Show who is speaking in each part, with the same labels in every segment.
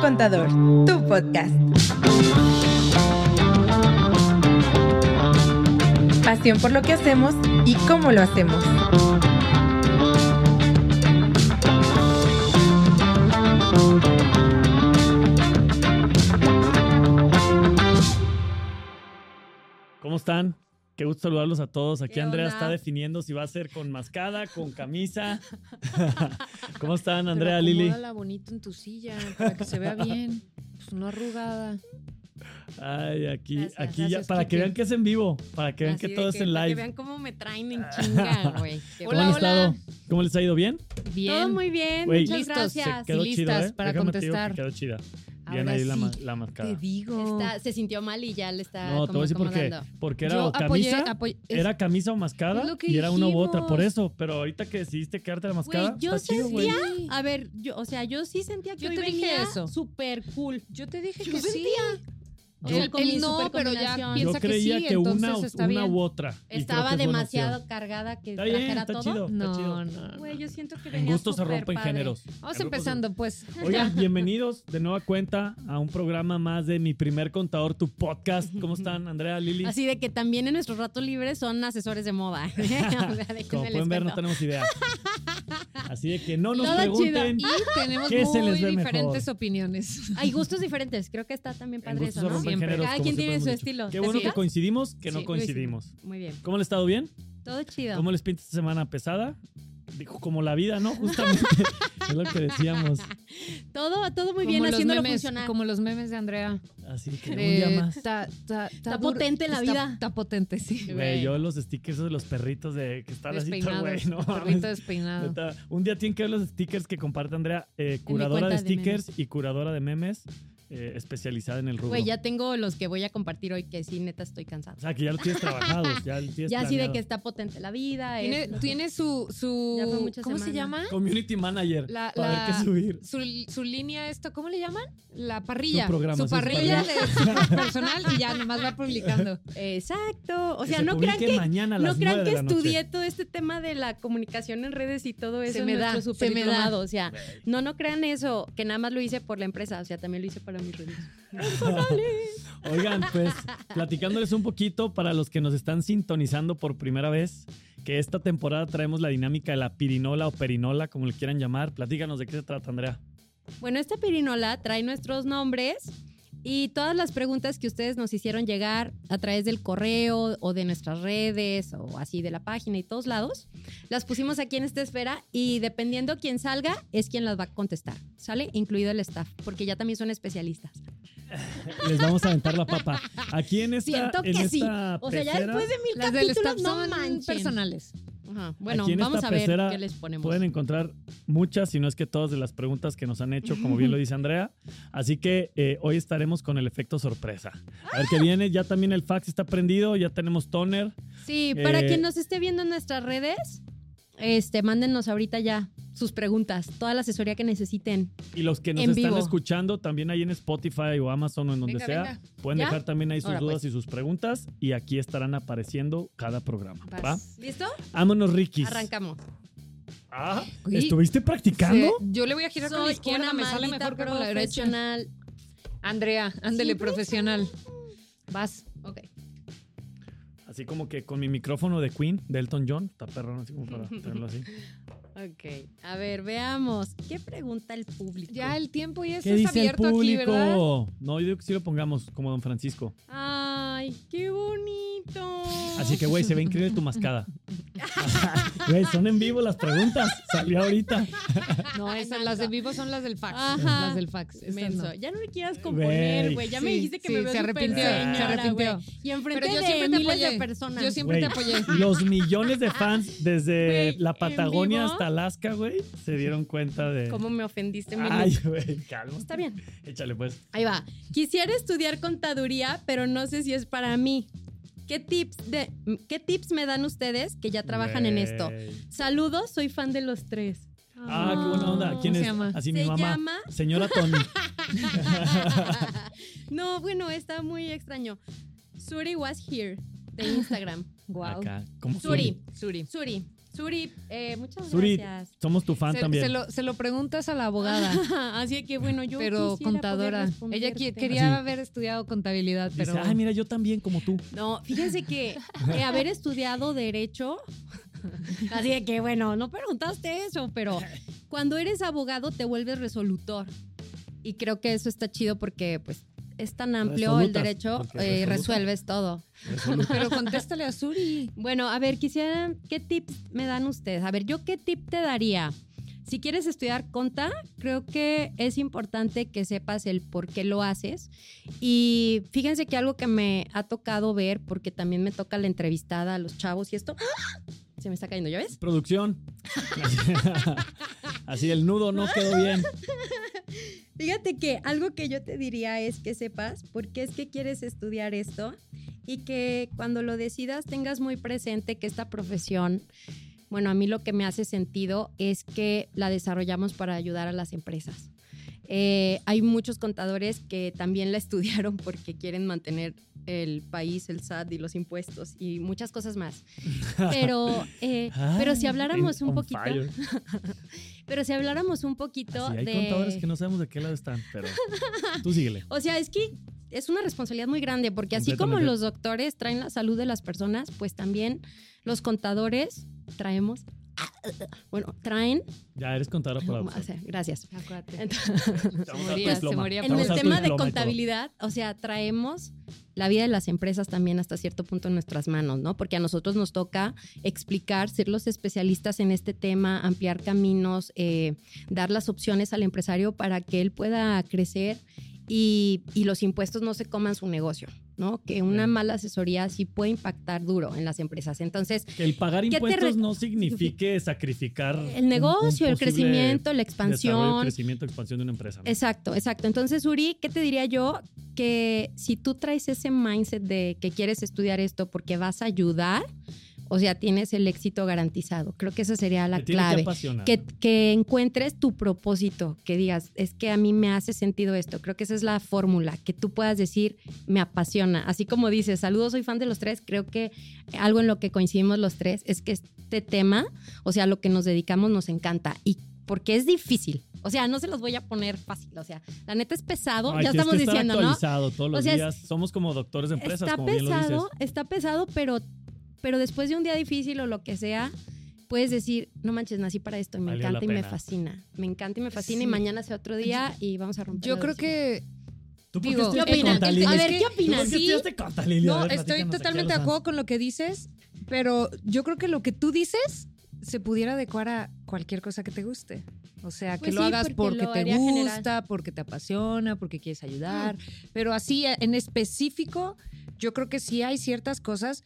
Speaker 1: Contador, tu podcast. Pasión por lo que hacemos y cómo lo hacemos.
Speaker 2: ¿Cómo están? Qué gusto saludarlos a todos. Aquí
Speaker 3: ¿Qué
Speaker 2: Andrea está
Speaker 3: onda?
Speaker 2: definiendo si va a ser con mascada, con camisa. ¿Cómo están,
Speaker 3: Pero
Speaker 2: Andrea, Lili?
Speaker 3: acomódala bonito en tu silla para que se vea bien. Pues no arrugada.
Speaker 2: Ay, aquí,
Speaker 3: Gracias,
Speaker 2: aquí ya,
Speaker 3: gracias,
Speaker 2: para que
Speaker 3: Kiki.
Speaker 2: vean que es en vivo, para que vean
Speaker 3: Así
Speaker 2: que
Speaker 3: de
Speaker 2: todo es en
Speaker 3: Para que
Speaker 2: live.
Speaker 3: vean cómo me traen en chinga, güey. Qué
Speaker 2: ¿Cómo
Speaker 3: bueno.
Speaker 2: han estado? ¿Cómo les ha ido? ¿Bien?
Speaker 3: Bien.
Speaker 4: Todo muy bien,
Speaker 2: Güey,
Speaker 4: muchas
Speaker 3: listos,
Speaker 2: Se
Speaker 4: gracias.
Speaker 2: quedó
Speaker 3: listas
Speaker 2: chida, ¿eh?
Speaker 3: para
Speaker 2: Déjame te digo que
Speaker 3: contestar.
Speaker 2: Quedó chida. Bien
Speaker 3: Ahora
Speaker 2: ahí la, ma-
Speaker 3: sí,
Speaker 2: la
Speaker 3: Te
Speaker 2: mascada.
Speaker 3: digo.
Speaker 4: Está- se sintió mal y ya le está
Speaker 2: No, te
Speaker 4: como
Speaker 2: voy a decir por qué.
Speaker 4: acomodando.
Speaker 2: Porque era
Speaker 3: Yo
Speaker 2: o camisa,
Speaker 3: apoyé- apoyé- es-
Speaker 2: era camisa o
Speaker 3: Es
Speaker 2: mascada
Speaker 3: lo que
Speaker 2: y era una u otra, por
Speaker 3: dijimos.
Speaker 2: eso. Pero ahorita que decidiste quedarte la mascada,
Speaker 4: yo
Speaker 2: está chido, güey.
Speaker 4: sentía- eh, A ver, yo, o sea, yo sí sentía que
Speaker 3: Yo
Speaker 4: hoy
Speaker 3: te dije
Speaker 4: venía
Speaker 3: eso.
Speaker 4: súper cool.
Speaker 3: Yo te dije
Speaker 4: Yo
Speaker 3: que sí.
Speaker 4: O
Speaker 3: Yo-
Speaker 4: sea, con
Speaker 3: él
Speaker 4: mi
Speaker 3: no, pero ya
Speaker 4: supercombinación.
Speaker 3: piensa
Speaker 2: Yo
Speaker 3: que
Speaker 2: creía
Speaker 3: sí,
Speaker 2: que, una,
Speaker 3: entonces está
Speaker 2: una
Speaker 3: bien.
Speaker 2: u otra. y creo que
Speaker 4: Estaba
Speaker 2: es buena opción.
Speaker 4: demasiado cargada que
Speaker 2: Está bien,
Speaker 4: trajera
Speaker 2: está
Speaker 4: todo.
Speaker 2: chido, está
Speaker 3: No,
Speaker 2: chido.
Speaker 3: no.
Speaker 4: Güey, yo siento que
Speaker 2: En
Speaker 4: venía
Speaker 2: gusto se
Speaker 4: súper
Speaker 2: rompen
Speaker 4: padre.
Speaker 2: géneros.
Speaker 3: Vamos
Speaker 2: En gusto se
Speaker 3: empezando, pues.
Speaker 2: Oigan, bienvenidos de nueva cuenta a un programa más de Mi Primer Contador, tu podcast. ¿Cómo están, Andrea, Lili?
Speaker 4: Así de que también en nuestro rato libre son asesores de moda. o sea,
Speaker 2: Como
Speaker 4: déjenme les
Speaker 2: pueden ver, no
Speaker 4: cuento.
Speaker 2: tenemos idea. Así de que no nos
Speaker 4: Todo chido.
Speaker 2: pregunten.
Speaker 3: Y tenemos
Speaker 2: ¿Qué se
Speaker 3: muy
Speaker 2: les ve mejor?
Speaker 3: diferentes opiniones.
Speaker 4: Hay gustos diferentes. Creo que está también
Speaker 2: En
Speaker 4: padre
Speaker 2: gusto
Speaker 4: eso,
Speaker 2: se
Speaker 4: ¿no?
Speaker 2: rompen
Speaker 3: Siempre.
Speaker 2: géneros.
Speaker 4: Cada
Speaker 2: como
Speaker 4: quien
Speaker 2: siempre
Speaker 4: tiene
Speaker 2: hemos
Speaker 4: su
Speaker 2: dicho.
Speaker 4: estilo.
Speaker 2: Qué
Speaker 4: ¿Te
Speaker 2: bueno que
Speaker 4: fijas?
Speaker 2: coincidimos, que no
Speaker 4: Sí,
Speaker 2: coincidimos.
Speaker 4: Muy bien.
Speaker 2: ¿Cómo le ha estado bien?
Speaker 4: Todo chido.
Speaker 2: ¿Cómo les pinta esta semana pesada? Dijo, como la vida, ¿no? Justamente. es lo que decíamos.
Speaker 4: Todo, todo muy
Speaker 3: Como
Speaker 4: bien,
Speaker 3: los
Speaker 4: haciéndolo
Speaker 3: memes-
Speaker 4: funcionar.
Speaker 3: Como los memes de Andrea.
Speaker 2: Así que un
Speaker 3: Eh,
Speaker 2: día más.
Speaker 3: ta- ta- ta
Speaker 4: Está
Speaker 3: duro-
Speaker 4: potente la
Speaker 3: está-
Speaker 4: vida.
Speaker 3: Está potente, sí.
Speaker 2: Güey, yo los stickers esos de los perritos de que están así, todo, güey, no
Speaker 3: Perrito
Speaker 2: mames.
Speaker 3: despeinado.
Speaker 2: Neta, un día tienen que ver los stickers que comparte Andrea, eh, curadora
Speaker 4: cuenta
Speaker 2: de
Speaker 4: de
Speaker 2: stickers y curadora de memes, eh, especializada en el rubro.
Speaker 4: Güey, ya tengo los que voy a compartir hoy que sí, neta, estoy
Speaker 2: O
Speaker 4: cansada.
Speaker 2: sea, que ya los tienes trabajados, ya los tienes
Speaker 4: Ya así de que
Speaker 2: planeado.
Speaker 4: está potente la vida.
Speaker 3: Tiene,
Speaker 4: es-
Speaker 3: tiene su, su-
Speaker 4: Ya fue mucha
Speaker 3: ¿cómo se
Speaker 4: semana.
Speaker 3: llama?
Speaker 2: Community manager,
Speaker 3: La-
Speaker 2: para ver
Speaker 3: la-
Speaker 2: qué subir.
Speaker 3: Su, su línea esto, ¿cómo le llaman? La parrilla.
Speaker 2: Su programa, sí, su
Speaker 3: parrilla de su personal y ya nomás va publicando.
Speaker 4: Exacto. O
Speaker 2: Que
Speaker 4: sea,
Speaker 2: se
Speaker 4: no crean
Speaker 2: publique
Speaker 4: que,
Speaker 2: mañana a
Speaker 4: no
Speaker 2: las
Speaker 4: crean
Speaker 2: nueve de la
Speaker 4: que
Speaker 2: noche.
Speaker 4: estudié todo este tema de la comunicación en redes y todo eso.
Speaker 3: Se
Speaker 4: en
Speaker 3: me da,
Speaker 4: nuestro
Speaker 3: se me da.
Speaker 4: superdiplomado, O sea, no, no crean eso, que nada más lo hice por la empresa. O sea, también lo hice para mis redes.
Speaker 2: Oigan, pues platicándoles un poquito para los que nos están sintonizando por primera vez, que esta temporada traemos la dinámica de la pirinola o perinola, como le quieran llamar. Platícanos de qué se trata, Andrea.
Speaker 4: Bueno, esta pirinola trae nuestros nombres y todas las preguntas que ustedes nos hicieron llegar a través del correo o de nuestras redes o así de la página y todos lados, las pusimos aquí en esta esfera y dependiendo quién salga es quien las va a contestar, ¿sale? Incluido el staff, porque ya también son especialistas.
Speaker 2: Les vamos a aventar la papa. Aquí en esta,
Speaker 4: Siento
Speaker 2: en
Speaker 4: que sí.
Speaker 2: esta
Speaker 4: O sea, ya
Speaker 2: pecera-
Speaker 4: después de mil
Speaker 3: Las del
Speaker 4: capítulos
Speaker 3: staff
Speaker 4: no
Speaker 3: son
Speaker 4: manchen.
Speaker 3: personales.
Speaker 4: Ajá. Bueno,
Speaker 2: Aquí en
Speaker 4: vamos
Speaker 2: esta
Speaker 4: a ver
Speaker 2: pecera
Speaker 4: qué les ponemos.
Speaker 2: Pueden encontrar muchas, si no es que todas, de las preguntas que nos han hecho, como bien lo dice Andrea. Así que eh, hoy estaremos con el efecto sorpresa. A ver qué viene. Ya también el fax está prendido, ya tenemos toner.
Speaker 4: Sí, para
Speaker 2: Eh,
Speaker 4: quien nos esté viendo en nuestras redes, este, mándennos ahorita ya sus preguntas, toda la asesoría que necesiten.
Speaker 2: Y los que nos
Speaker 4: En
Speaker 2: están
Speaker 4: vivo.
Speaker 2: escuchando también ahí en Spotify o Amazon o en donde
Speaker 3: Venga,
Speaker 2: sea,
Speaker 3: venga.
Speaker 2: pueden
Speaker 4: ¿Ya?
Speaker 2: dejar también ahí sus
Speaker 4: Ahora,
Speaker 2: dudas y sus preguntas. Y aquí estarán apareciendo cada programa. ¿va?
Speaker 3: Vas.
Speaker 4: ¿Listo?
Speaker 2: Vámonos, Riquis.
Speaker 4: Arrancamos.
Speaker 2: Ah,
Speaker 3: Uy,
Speaker 2: ¿Estuviste practicando?
Speaker 3: se- yo le voy a girar con la izquierda, me sale
Speaker 4: maldita
Speaker 3: mejor que con la derecha.
Speaker 4: profesional.
Speaker 3: Andrea, ándele,
Speaker 4: Siempre
Speaker 3: profesional. Vas.
Speaker 4: Ok.
Speaker 2: Así como que con mi micrófono de Queen, de Elton John. Está perrón, así como para tenerlo así.
Speaker 4: Ok. A ver, veamos. ¿Qué pregunta el público?
Speaker 3: Ya el tiempo ya
Speaker 2: ¿Qué
Speaker 3: está
Speaker 2: dice el
Speaker 3: abierto aquí, ¿verdad?
Speaker 2: público? no, yo digo que sí lo pongamos como Don Francisco.
Speaker 4: Ay, qué bonito.
Speaker 2: Así que, güey, se ve increíble tu mascada. Güey, son en vivo las preguntas. Salió ahorita.
Speaker 3: No, esas, las de vivo son las del fax.
Speaker 4: Ajá.
Speaker 3: Las del fax. esas
Speaker 4: Menso.
Speaker 3: no.
Speaker 4: Ya no le quieras componer,
Speaker 2: Güey.
Speaker 4: güey. Ya me
Speaker 3: Sí,
Speaker 4: dijiste que
Speaker 3: sí,
Speaker 4: me veo
Speaker 3: se
Speaker 4: súper
Speaker 3: arrepintió,
Speaker 2: se
Speaker 4: señora,
Speaker 3: arrepintió.
Speaker 4: güey. Y enfrente
Speaker 3: Pero yo
Speaker 4: de
Speaker 3: siempre te
Speaker 4: miles de
Speaker 3: apoyé.
Speaker 4: personas.
Speaker 3: Yo siempre te
Speaker 2: Güey,
Speaker 3: apoyé.
Speaker 2: Los millones de fans desde
Speaker 4: Güey,
Speaker 2: la
Speaker 4: en
Speaker 2: Patagonia
Speaker 4: vivo.
Speaker 2: hasta Alaska, güey, se dieron cuenta de.
Speaker 4: ¿Cómo me ofendiste? mi
Speaker 2: Ay,
Speaker 4: look?
Speaker 2: güey, calma.
Speaker 4: Está bien.
Speaker 2: Échale, pues.
Speaker 4: Ahí va. Quisiera estudiar contaduría, pero no sé si es para mí. ¿Qué tips, de, ¿qué tips me dan ustedes que ya trabajan en esto?
Speaker 2: Güey.
Speaker 4: Saludos, soy fan de los tres.
Speaker 2: Ah, qué buena onda. ¿Quién
Speaker 3: ¿Cómo se
Speaker 2: es?
Speaker 3: llama?
Speaker 2: Así mi
Speaker 4: Se
Speaker 2: mamá.
Speaker 4: llama.
Speaker 2: Señora Tony.
Speaker 4: no, bueno, está muy extraño. Suri was here de Instagram.
Speaker 3: Wow.
Speaker 2: Acá. ¿Cómo
Speaker 4: Suri,
Speaker 2: Suri?
Speaker 3: Suri.
Speaker 4: Suri, Suri, eh, muchas
Speaker 2: Suri,
Speaker 4: gracias.
Speaker 2: somos tu fan
Speaker 3: se,
Speaker 2: también.
Speaker 3: se lo, se lo preguntas a la abogada,
Speaker 4: Así que bueno, yo
Speaker 3: pero
Speaker 4: quisiera
Speaker 3: contadora.
Speaker 4: poder
Speaker 3: Ella
Speaker 4: responderte.
Speaker 3: qui- quería
Speaker 2: Así.
Speaker 3: haber estudiado contabilidad,
Speaker 2: Dice,
Speaker 3: pero
Speaker 2: ay, mira, yo también como tú.
Speaker 4: No, fíjense que eh, haber estudiado derecho, así de que bueno, no preguntaste eso, pero cuando eres abogado te vuelves resolutor. Y creo que eso está chido porque pues es tan amplio el
Speaker 2: Resolutas,
Speaker 4: derecho
Speaker 2: porque
Speaker 4: eh, y
Speaker 2: resolutas.
Speaker 4: resuelves todo.
Speaker 3: pero contéstale a Suri.
Speaker 4: Bueno, a ver, quisiera, ¿qué tips me dan ustedes? A ver, ¿yo qué tip te daría? Si quieres estudiar conta, creo que es importante que sepas el por qué lo haces. Y fíjense que algo que me ha tocado ver, porque también me toca la entrevistada a los chavos y esto, ¡ah! se me está cayendo, ¿ya ves?
Speaker 2: Producción. Así el nudo no quedó bien.
Speaker 4: Fíjate que algo que yo te diría es que sepas por qué es que quieres estudiar esto y que cuando lo decidas tengas muy presente que esta profesión, bueno, a mí lo que me hace sentido es que la desarrollamos para ayudar a las empresas. Eh, hay muchos contadores que también la estudiaron porque quieren mantener el país, el SAT y los impuestos y muchas cosas más. Pero, eh, pero si
Speaker 2: Ay,
Speaker 4: habláramos
Speaker 2: en-
Speaker 4: un
Speaker 2: on
Speaker 4: poquito,
Speaker 2: fire.
Speaker 4: pero si habláramos un poquito
Speaker 2: Así, hay
Speaker 4: de
Speaker 2: contadores que no sabemos de qué lado están, pero tú síguele.
Speaker 4: O sea, es que es una responsabilidad muy grande, porque así como
Speaker 2: Completamente.
Speaker 4: los doctores traen la salud de las personas, pues también los contadores traemos. Bueno, traen.
Speaker 2: Ya eres contadora por
Speaker 4: o sea, gracias.
Speaker 3: Acuérdate.
Speaker 4: Entonces,
Speaker 3: Se moría, se moría
Speaker 4: en
Speaker 3: Vamos
Speaker 4: el
Speaker 3: a tu
Speaker 4: tema de contabilidad, o sea, traemos la vida de las empresas también hasta cierto punto en nuestras manos, ¿no? Porque a nosotros nos toca explicar, ser los especialistas en este tema, ampliar caminos, eh, dar las opciones al empresario para que él pueda crecer y, y los impuestos no se coman su negocio, ¿no? Que una
Speaker 2: Claro.
Speaker 4: mala asesoría sí puede impactar duro en las empresas. Entonces,
Speaker 2: Que el pagar
Speaker 4: ¿Qué te
Speaker 2: impuestos
Speaker 4: re-
Speaker 2: no signifique sacrificar
Speaker 4: el negocio, el crecimiento, la
Speaker 2: expansión,
Speaker 4: expansión,
Speaker 2: crecimiento, expansión de una empresa. ¿no?
Speaker 4: Exacto, exacto. Entonces, Uri, ¿qué te diría yo? Que si tú traes ese mindset de que quieres estudiar esto porque vas a ayudar, o sea, tienes el éxito garantizado. Creo que esa sería la
Speaker 2: Te tiene Que
Speaker 4: clave.
Speaker 2: apasionar.
Speaker 4: Que, que encuentres tu propósito, que digas, es que a mí me hace sentido esto. Creo que esa es la fórmula, que tú puedas decir, me apasiona. Así como dices, saludos, soy fan de los tres. Creo que algo en lo que coincidimos los tres es que este tema, o sea, lo que nos dedicamos nos encanta y porque es difícil. O sea, no se los voy a poner fácil. O sea, la neta es pesado.
Speaker 2: Ay,
Speaker 4: ya
Speaker 2: tienes
Speaker 4: estamos
Speaker 2: que estar
Speaker 4: diciendo, ¿no?
Speaker 2: actualizado todos los
Speaker 4: sea, es-
Speaker 2: días. Somos como doctores de empresas,
Speaker 4: Está
Speaker 2: como bien lo dices.
Speaker 4: pesado, está pesado, pero, pero después de un día difícil o lo que sea, puedes decir, no manches, nací para esto, y me
Speaker 2: Valió la
Speaker 4: encanta y me
Speaker 2: pena".
Speaker 4: fascina. Me encanta y me fascina y
Speaker 3: Sí.
Speaker 4: mañana sea otro día y vamos a romper.
Speaker 3: Yo
Speaker 4: la
Speaker 3: creo
Speaker 4: adicción.
Speaker 3: que
Speaker 2: ¿Tú por qué
Speaker 3: Digo, ¿qué
Speaker 2: estudiaste
Speaker 3: opinan?
Speaker 2: conta,
Speaker 3: ¿Qué-
Speaker 2: Lili?
Speaker 4: A ver,
Speaker 3: que-
Speaker 4: ¿qué
Speaker 3: ¿tú
Speaker 2: ¿Tú por
Speaker 4: opinas?
Speaker 2: qué
Speaker 3: sí?
Speaker 2: estudiaste conta, Lili? A
Speaker 3: No,
Speaker 2: ver,
Speaker 3: estoy
Speaker 2: platícanos aquí
Speaker 3: totalmente de
Speaker 2: a los
Speaker 3: acuerdo con lo que dices, pero yo creo que lo que tú dices se pudiera adecuar a cualquier cosa que te guste. O sea, que
Speaker 4: Pues
Speaker 3: lo
Speaker 4: sí,
Speaker 3: hagas
Speaker 4: porque
Speaker 3: porque,
Speaker 4: lo
Speaker 3: te
Speaker 4: haría general.
Speaker 3: gusta, porque te apasiona, porque quieres ayudar, pero así en específico, yo creo que sí hay ciertas cosas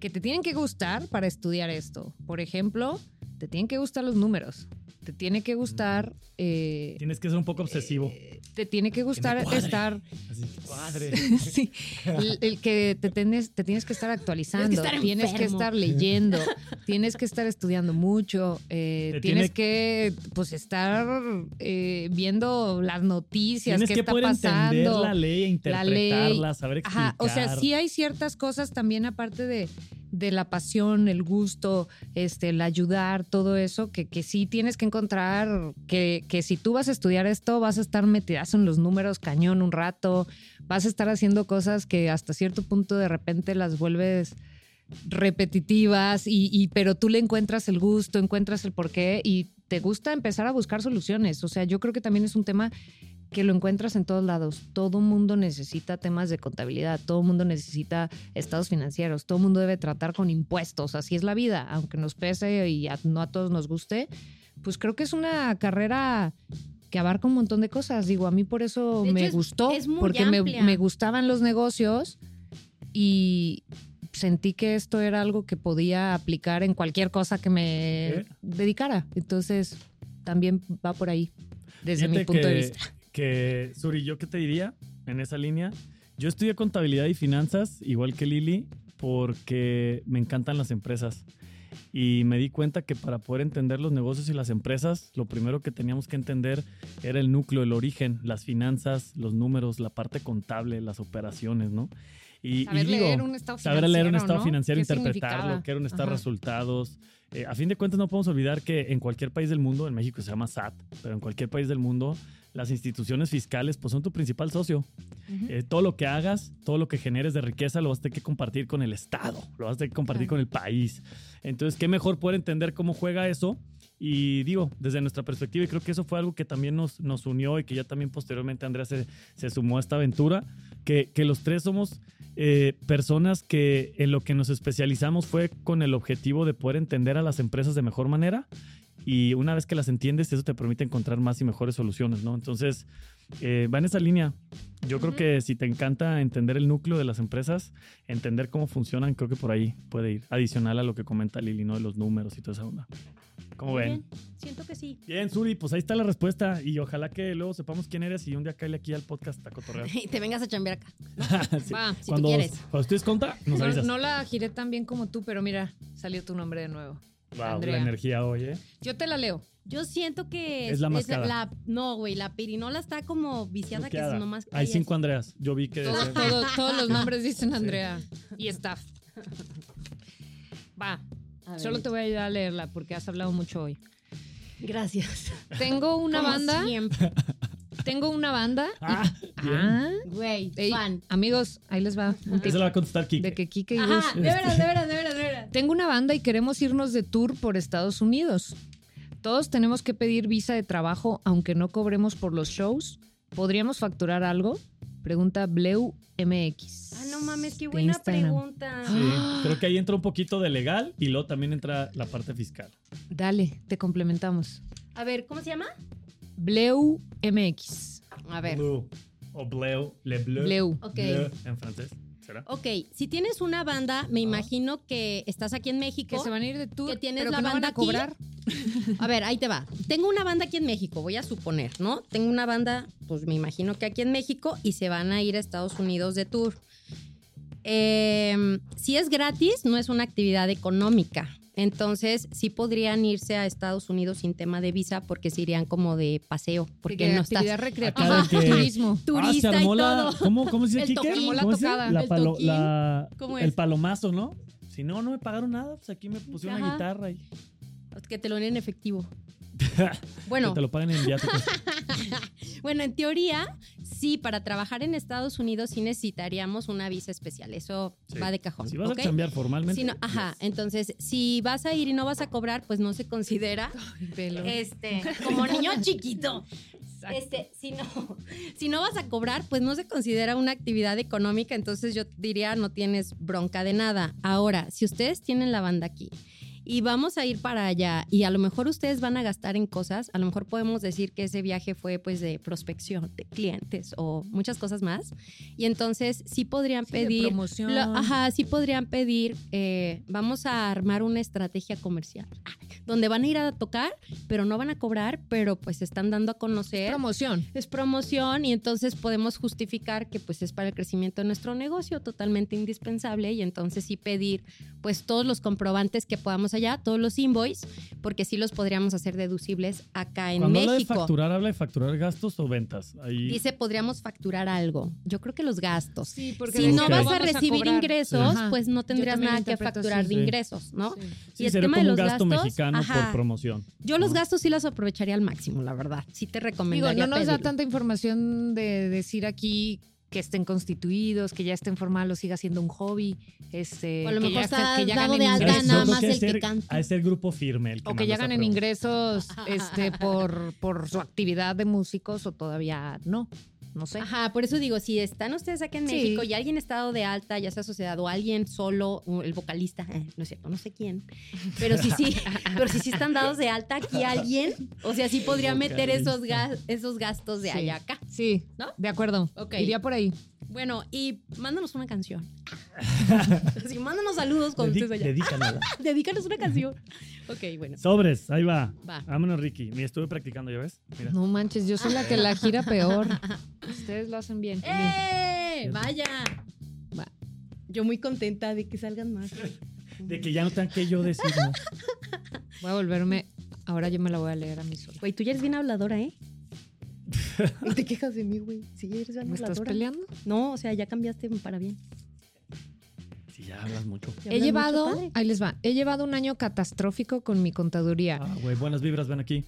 Speaker 3: que te tienen que gustar para estudiar esto. Por ejemplo, te tienen que gustar los números, te tiene que gustar... eh,
Speaker 2: Tienes Mm. que ser un poco obsesivo.
Speaker 3: eh, te tiene que gustar
Speaker 2: cuadre.
Speaker 3: estar...
Speaker 2: Así, padre.
Speaker 3: Sí, el, el que te tienes, te tienes que estar actualizando,
Speaker 4: Tienes
Speaker 3: tienes
Speaker 4: que estar
Speaker 3: que estar,
Speaker 4: enfermo.
Speaker 3: leyendo, tienes que estar estudiando mucho, eh,
Speaker 2: Te
Speaker 3: tienes que pues estar eh, viendo las noticias,
Speaker 2: Tienes
Speaker 3: qué
Speaker 2: que
Speaker 3: está
Speaker 2: poder entender
Speaker 3: pasando.
Speaker 2: la ley e
Speaker 3: la ley.
Speaker 2: interpretarla, saber explicar.
Speaker 3: Ajá, o sea, sí hay ciertas cosas también aparte de, de la pasión, el gusto, este, el ayudar, todo eso, que, que sí tienes que encontrar que, que si tú vas a estudiar esto, vas a estar metidas en los números cañón un rato, vas a estar haciendo cosas que hasta cierto punto de repente las vuelves repetitivas, y, y- pero tú le encuentras el gusto, encuentras el porqué y te gusta empezar a buscar soluciones. O sea, yo creo que también es un tema que lo encuentras en todos lados. Todo mundo necesita temas de contabilidad, todo mundo necesita estados financieros, todo mundo debe tratar con impuestos, así es la vida, aunque nos pese y a- no a todos nos guste. Pues creo que es una carrera que abarca un montón de cosas. Digo, a mí por eso
Speaker 4: De
Speaker 3: me
Speaker 4: hecho, es-
Speaker 3: gustó,
Speaker 4: es muy
Speaker 3: porque me,
Speaker 4: amplia.
Speaker 3: me gustaban los negocios y sentí que esto era algo que podía aplicar en cualquier cosa que me
Speaker 2: ¿Eh?
Speaker 3: dedicara. Entonces, también va por ahí, desde
Speaker 2: Fíjate
Speaker 3: mi punto de
Speaker 2: que-
Speaker 3: vista.
Speaker 2: Que, Suri, ¿yo qué te diría en esa línea? Yo estudié contabilidad y finanzas, igual que Lili, porque me encantan las empresas. Y me di cuenta que para poder entender los negocios y las empresas, lo primero que teníamos que entender era el núcleo, el origen, las finanzas, los números, la parte contable, las operaciones, ¿no? Y, y
Speaker 3: Saber
Speaker 2: digo,
Speaker 3: leer un estado
Speaker 2: saber leer un estado
Speaker 3: ¿no?
Speaker 2: financiero,
Speaker 3: ¿Qué
Speaker 2: interpretarlo,
Speaker 3: significaba?
Speaker 2: qué eran estos
Speaker 3: Ajá.
Speaker 2: resultados, Eh, a fin de cuentas, no podemos olvidar que en cualquier país del mundo, en México se llama SAT, pero en cualquier país del mundo, las instituciones fiscales pues, son tu principal socio.
Speaker 4: Ujú.
Speaker 2: Eh, todo lo que hagas, todo lo que generes de riqueza, lo vas a tener que compartir con el Estado, lo vas a tener que compartir con
Speaker 4: Claro.
Speaker 2: el país. Entonces, qué mejor poder entender cómo juega eso. Y digo, desde nuestra perspectiva, y creo que eso fue algo que también nos, nos unió y que ya también posteriormente Andrea se, se sumó a esta aventura, que, que los tres somos eh, personas que en lo que nos especializamos fue con el objetivo de poder entender a las empresas de mejor manera. Y una vez que las entiendes, eso te permite encontrar más y mejores soluciones, ¿no? Entonces, eh, va en esa línea. Yo creo
Speaker 4: Ujú.
Speaker 2: que si te encanta entender el núcleo de las empresas, entender cómo funcionan, creo que por ahí puede ir. Adicional a lo que comenta Lili, ¿no? De los números y toda esa onda. ¿Cómo
Speaker 4: Muy
Speaker 2: ven?
Speaker 4: bien, Siento que sí.
Speaker 2: Bien, Suri, pues ahí está la respuesta. Y ojalá que luego sepamos quién eres y un día caile aquí al podcast a cotorrear.
Speaker 4: Y te vengas a chambear acá.
Speaker 2: Sí.
Speaker 3: Va.
Speaker 4: Si
Speaker 2: Cuando,
Speaker 4: tú quieres.
Speaker 2: cuando estés conta, nos
Speaker 3: No,
Speaker 2: avisas.
Speaker 3: no la giré tan bien como tú, pero mira, salió tu nombre de nuevo.
Speaker 2: Wow,
Speaker 3: Andrea.
Speaker 2: la energía hoy, ¿eh?
Speaker 3: Yo te la leo.
Speaker 4: Yo siento que
Speaker 2: Es la mascada.
Speaker 4: la- no, güey, la pirinola está como viciada que
Speaker 2: Bloqueada.
Speaker 4: es nomás
Speaker 2: Hay
Speaker 4: callas.
Speaker 2: cinco Andreas. Yo vi que.
Speaker 3: Todo- todo- todos los nombres dicen Andrea y staff. Va,
Speaker 4: A ver,
Speaker 3: solo te voy a ayudar a leerla porque has hablado mucho hoy.
Speaker 4: Gracias.
Speaker 3: Tengo una
Speaker 4: Como
Speaker 3: banda,
Speaker 4: siempre.
Speaker 3: tengo una banda.
Speaker 2: Ah, bien.
Speaker 3: Ah,
Speaker 4: Güey,
Speaker 3: ey,
Speaker 4: fan.
Speaker 3: amigos, ahí les va un tip
Speaker 2: Esa la va a contestar Kike.
Speaker 3: de que Kike y Gus
Speaker 4: Ajá, de veras, de veras, de veras, de veras.
Speaker 3: Tengo una banda y queremos irnos de tour por Estados Unidos. Todos tenemos que pedir visa de trabajo aunque no cobremos por los shows. ¿Podríamos facturar algo? Pregunta Bleu MX.
Speaker 4: Ah, no mames, qué
Speaker 3: de
Speaker 4: buena
Speaker 3: Instagram.
Speaker 4: pregunta.
Speaker 2: Sí, creo que ahí entra un poquito de legal y luego también entra la parte fiscal.
Speaker 3: Dale, te complementamos.
Speaker 4: A ver, ¿cómo se llama?
Speaker 3: Bleu MX.
Speaker 4: A ver.
Speaker 2: Blue. O bleu, le bleu.
Speaker 3: Bleu.
Speaker 4: Ok.
Speaker 2: Bleu en francés. ¿Será?
Speaker 4: Ok, si tienes una banda, me imagino que estás aquí en México.
Speaker 3: Que se van a ir de tour,
Speaker 4: Que tienes
Speaker 3: pero
Speaker 4: la
Speaker 3: que no van
Speaker 4: banda
Speaker 3: a cobrar.
Speaker 4: A ver, ahí te va. Tengo una banda aquí en México, voy a suponer, ¿no? Tengo una banda, pues me imagino que aquí en México y se van a ir a Estados Unidos de tour. Eh, si es gratis, no es una actividad económica. Entonces, sí podrían irse a Estados Unidos sin tema de visa porque se irían como de paseo, porque
Speaker 3: de
Speaker 4: no estás.
Speaker 3: actividad recreativa,
Speaker 2: Acá de que-
Speaker 3: turismo.
Speaker 2: Ah, se
Speaker 4: Turista
Speaker 2: armó
Speaker 4: y
Speaker 2: la.
Speaker 4: todo.
Speaker 2: ¿Cómo, cómo se dice
Speaker 4: El
Speaker 2: Kike?
Speaker 4: toquín. Se armó
Speaker 3: la
Speaker 2: ¿Cómo se dice?
Speaker 3: tocada.
Speaker 2: La
Speaker 4: El
Speaker 2: palo-
Speaker 4: toquín.
Speaker 2: la-
Speaker 4: ¿Cómo
Speaker 2: El
Speaker 4: es?
Speaker 2: palomazo, ¿no? Si no, no me pagaron nada, pues aquí me pusieron una
Speaker 4: Ajá.
Speaker 2: guitarra y
Speaker 4: Que te lo den en efectivo.
Speaker 2: que
Speaker 4: Bueno,
Speaker 2: te lo pagan en viáticos.
Speaker 4: Bueno, en teoría, sí, para trabajar en Estados Unidos sí necesitaríamos una visa especial. Eso
Speaker 2: Sí.
Speaker 4: va de cajón.
Speaker 2: Si vas
Speaker 4: ¿ok?
Speaker 2: a cambiar formalmente.
Speaker 4: Si no- ajá, entonces, si vas a ir y no vas a cobrar, pues no se considera
Speaker 3: Velo.
Speaker 4: este, como niño chiquito.
Speaker 3: Exacto.
Speaker 4: Este, si no, si no vas a cobrar, pues no se considera una actividad económica, entonces yo diría no tienes bronca de nada. Ahora, si ustedes tienen la banda aquí y vamos a ir para allá y a lo mejor ustedes van a gastar en cosas, a lo mejor podemos decir que ese viaje fue pues de prospección, de clientes o muchas cosas más. Y entonces sí podrían
Speaker 3: Sí, de
Speaker 4: pedir
Speaker 3: promoción.
Speaker 4: lo- ajá, sí podrían pedir, eh, vamos a armar una estrategia comercial, Ah, donde van a ir a tocar, pero no van a cobrar, pero pues están dando a conocer.
Speaker 3: Promoción.
Speaker 4: Es promoción y entonces podemos justificar que pues es para el crecimiento de nuestro negocio totalmente indispensable y entonces sí pedir pues todos los comprobantes que podamos allá, todos los invoice, porque sí los podríamos hacer deducibles acá en
Speaker 2: Cuando habla de
Speaker 4: México.
Speaker 2: facturar, habla de facturar gastos o ventas. Ahí
Speaker 4: Dice, podríamos facturar algo. Yo creo que los gastos
Speaker 3: Sí,
Speaker 4: si no
Speaker 2: Ok.
Speaker 4: vas a recibir ingresos,
Speaker 3: Ajá.
Speaker 4: pues no tendrías
Speaker 3: también
Speaker 4: nada
Speaker 3: lo
Speaker 4: que
Speaker 3: interpreto
Speaker 4: facturar
Speaker 3: así.
Speaker 4: de
Speaker 2: Sí.
Speaker 4: ingresos, ¿no?
Speaker 2: sí,
Speaker 4: y el
Speaker 2: sería
Speaker 4: tema
Speaker 2: como
Speaker 4: de
Speaker 2: un
Speaker 4: los
Speaker 2: gasto
Speaker 4: gastos,
Speaker 2: mexicano por
Speaker 4: ajá.
Speaker 2: promoción.
Speaker 4: Yo los gastos sí los aprovecharía al máximo, la verdad. Sí te
Speaker 3: Digo,
Speaker 4: recomendaría
Speaker 3: no nos da
Speaker 4: pedirlo.
Speaker 3: tanta información de decir aquí que estén constituidos, que ya estén formados, siga siendo un hobby, este,
Speaker 4: O a lo
Speaker 3: que
Speaker 4: mejor
Speaker 3: ya
Speaker 4: está
Speaker 3: está- que ya
Speaker 4: dado
Speaker 3: ganen
Speaker 4: de alta
Speaker 3: ingresos.
Speaker 2: Eso
Speaker 4: nada
Speaker 2: es lo
Speaker 4: más
Speaker 2: que
Speaker 4: el
Speaker 2: es
Speaker 4: que
Speaker 2: ser-
Speaker 4: canta.
Speaker 2: ha de ser grupo firme el que
Speaker 3: o que
Speaker 2: mandó
Speaker 3: ya
Speaker 2: esa
Speaker 3: ganen
Speaker 2: pregunta.
Speaker 3: ingresos este, por, por su actividad de músicos o todavía no, no sé.
Speaker 4: Ajá, por eso digo, si están ustedes acá en
Speaker 3: ¿eh? Sí.
Speaker 4: México y alguien está dado de alta, ya sea sociedad o alguien solo, o el vocalista, eh, no es cierto, no sé quién, pero sí, sí, pero sí, sí están dados de alta aquí alguien, o sea, sí podría meter esos,
Speaker 2: Vocalista.
Speaker 4: gas- esos gastos de
Speaker 3: Sí.
Speaker 4: allá acá.
Speaker 3: Sí,
Speaker 4: ¿No?
Speaker 3: de acuerdo.
Speaker 4: Ok.
Speaker 3: Iría por ahí.
Speaker 4: Bueno, y mándanos una canción. Así, mándanos saludos cuando
Speaker 2: Dedí-
Speaker 4: estés allá.
Speaker 2: dedícamela.
Speaker 4: Dedícanos una canción. Ok, bueno.
Speaker 2: Sobres, ahí va.
Speaker 4: Va.
Speaker 2: Vámonos, Ricky. Mira, estuve practicando, ¿ya ves? Mira.
Speaker 3: No manches, yo soy la que la gira peor. Ustedes lo hacen bien.
Speaker 4: ¡Eh!
Speaker 2: Bien.
Speaker 4: ¡Vaya! Va. Yo muy contenta de que salgan más.
Speaker 2: De que ya no tenga que yo decir más.
Speaker 3: Voy a volverme. Ahora yo me la voy a leer a mí sola.
Speaker 4: Güey, tú ya eres bien habladora, ¿eh? No te quejas de mí, güey. Sí, eres bien
Speaker 3: ¿Me estás
Speaker 4: habladora.
Speaker 3: peleando?
Speaker 4: No, o sea, ya cambiaste para bien.
Speaker 2: Sí, ya, Ya hablas mucho.
Speaker 4: Te
Speaker 3: He
Speaker 4: hablan
Speaker 3: llevado,
Speaker 4: mucho, padre.
Speaker 3: ahí les va, he llevado un año catastrófico con mi contaduría.
Speaker 2: Ah, güey, buenas vibras, ven aquí.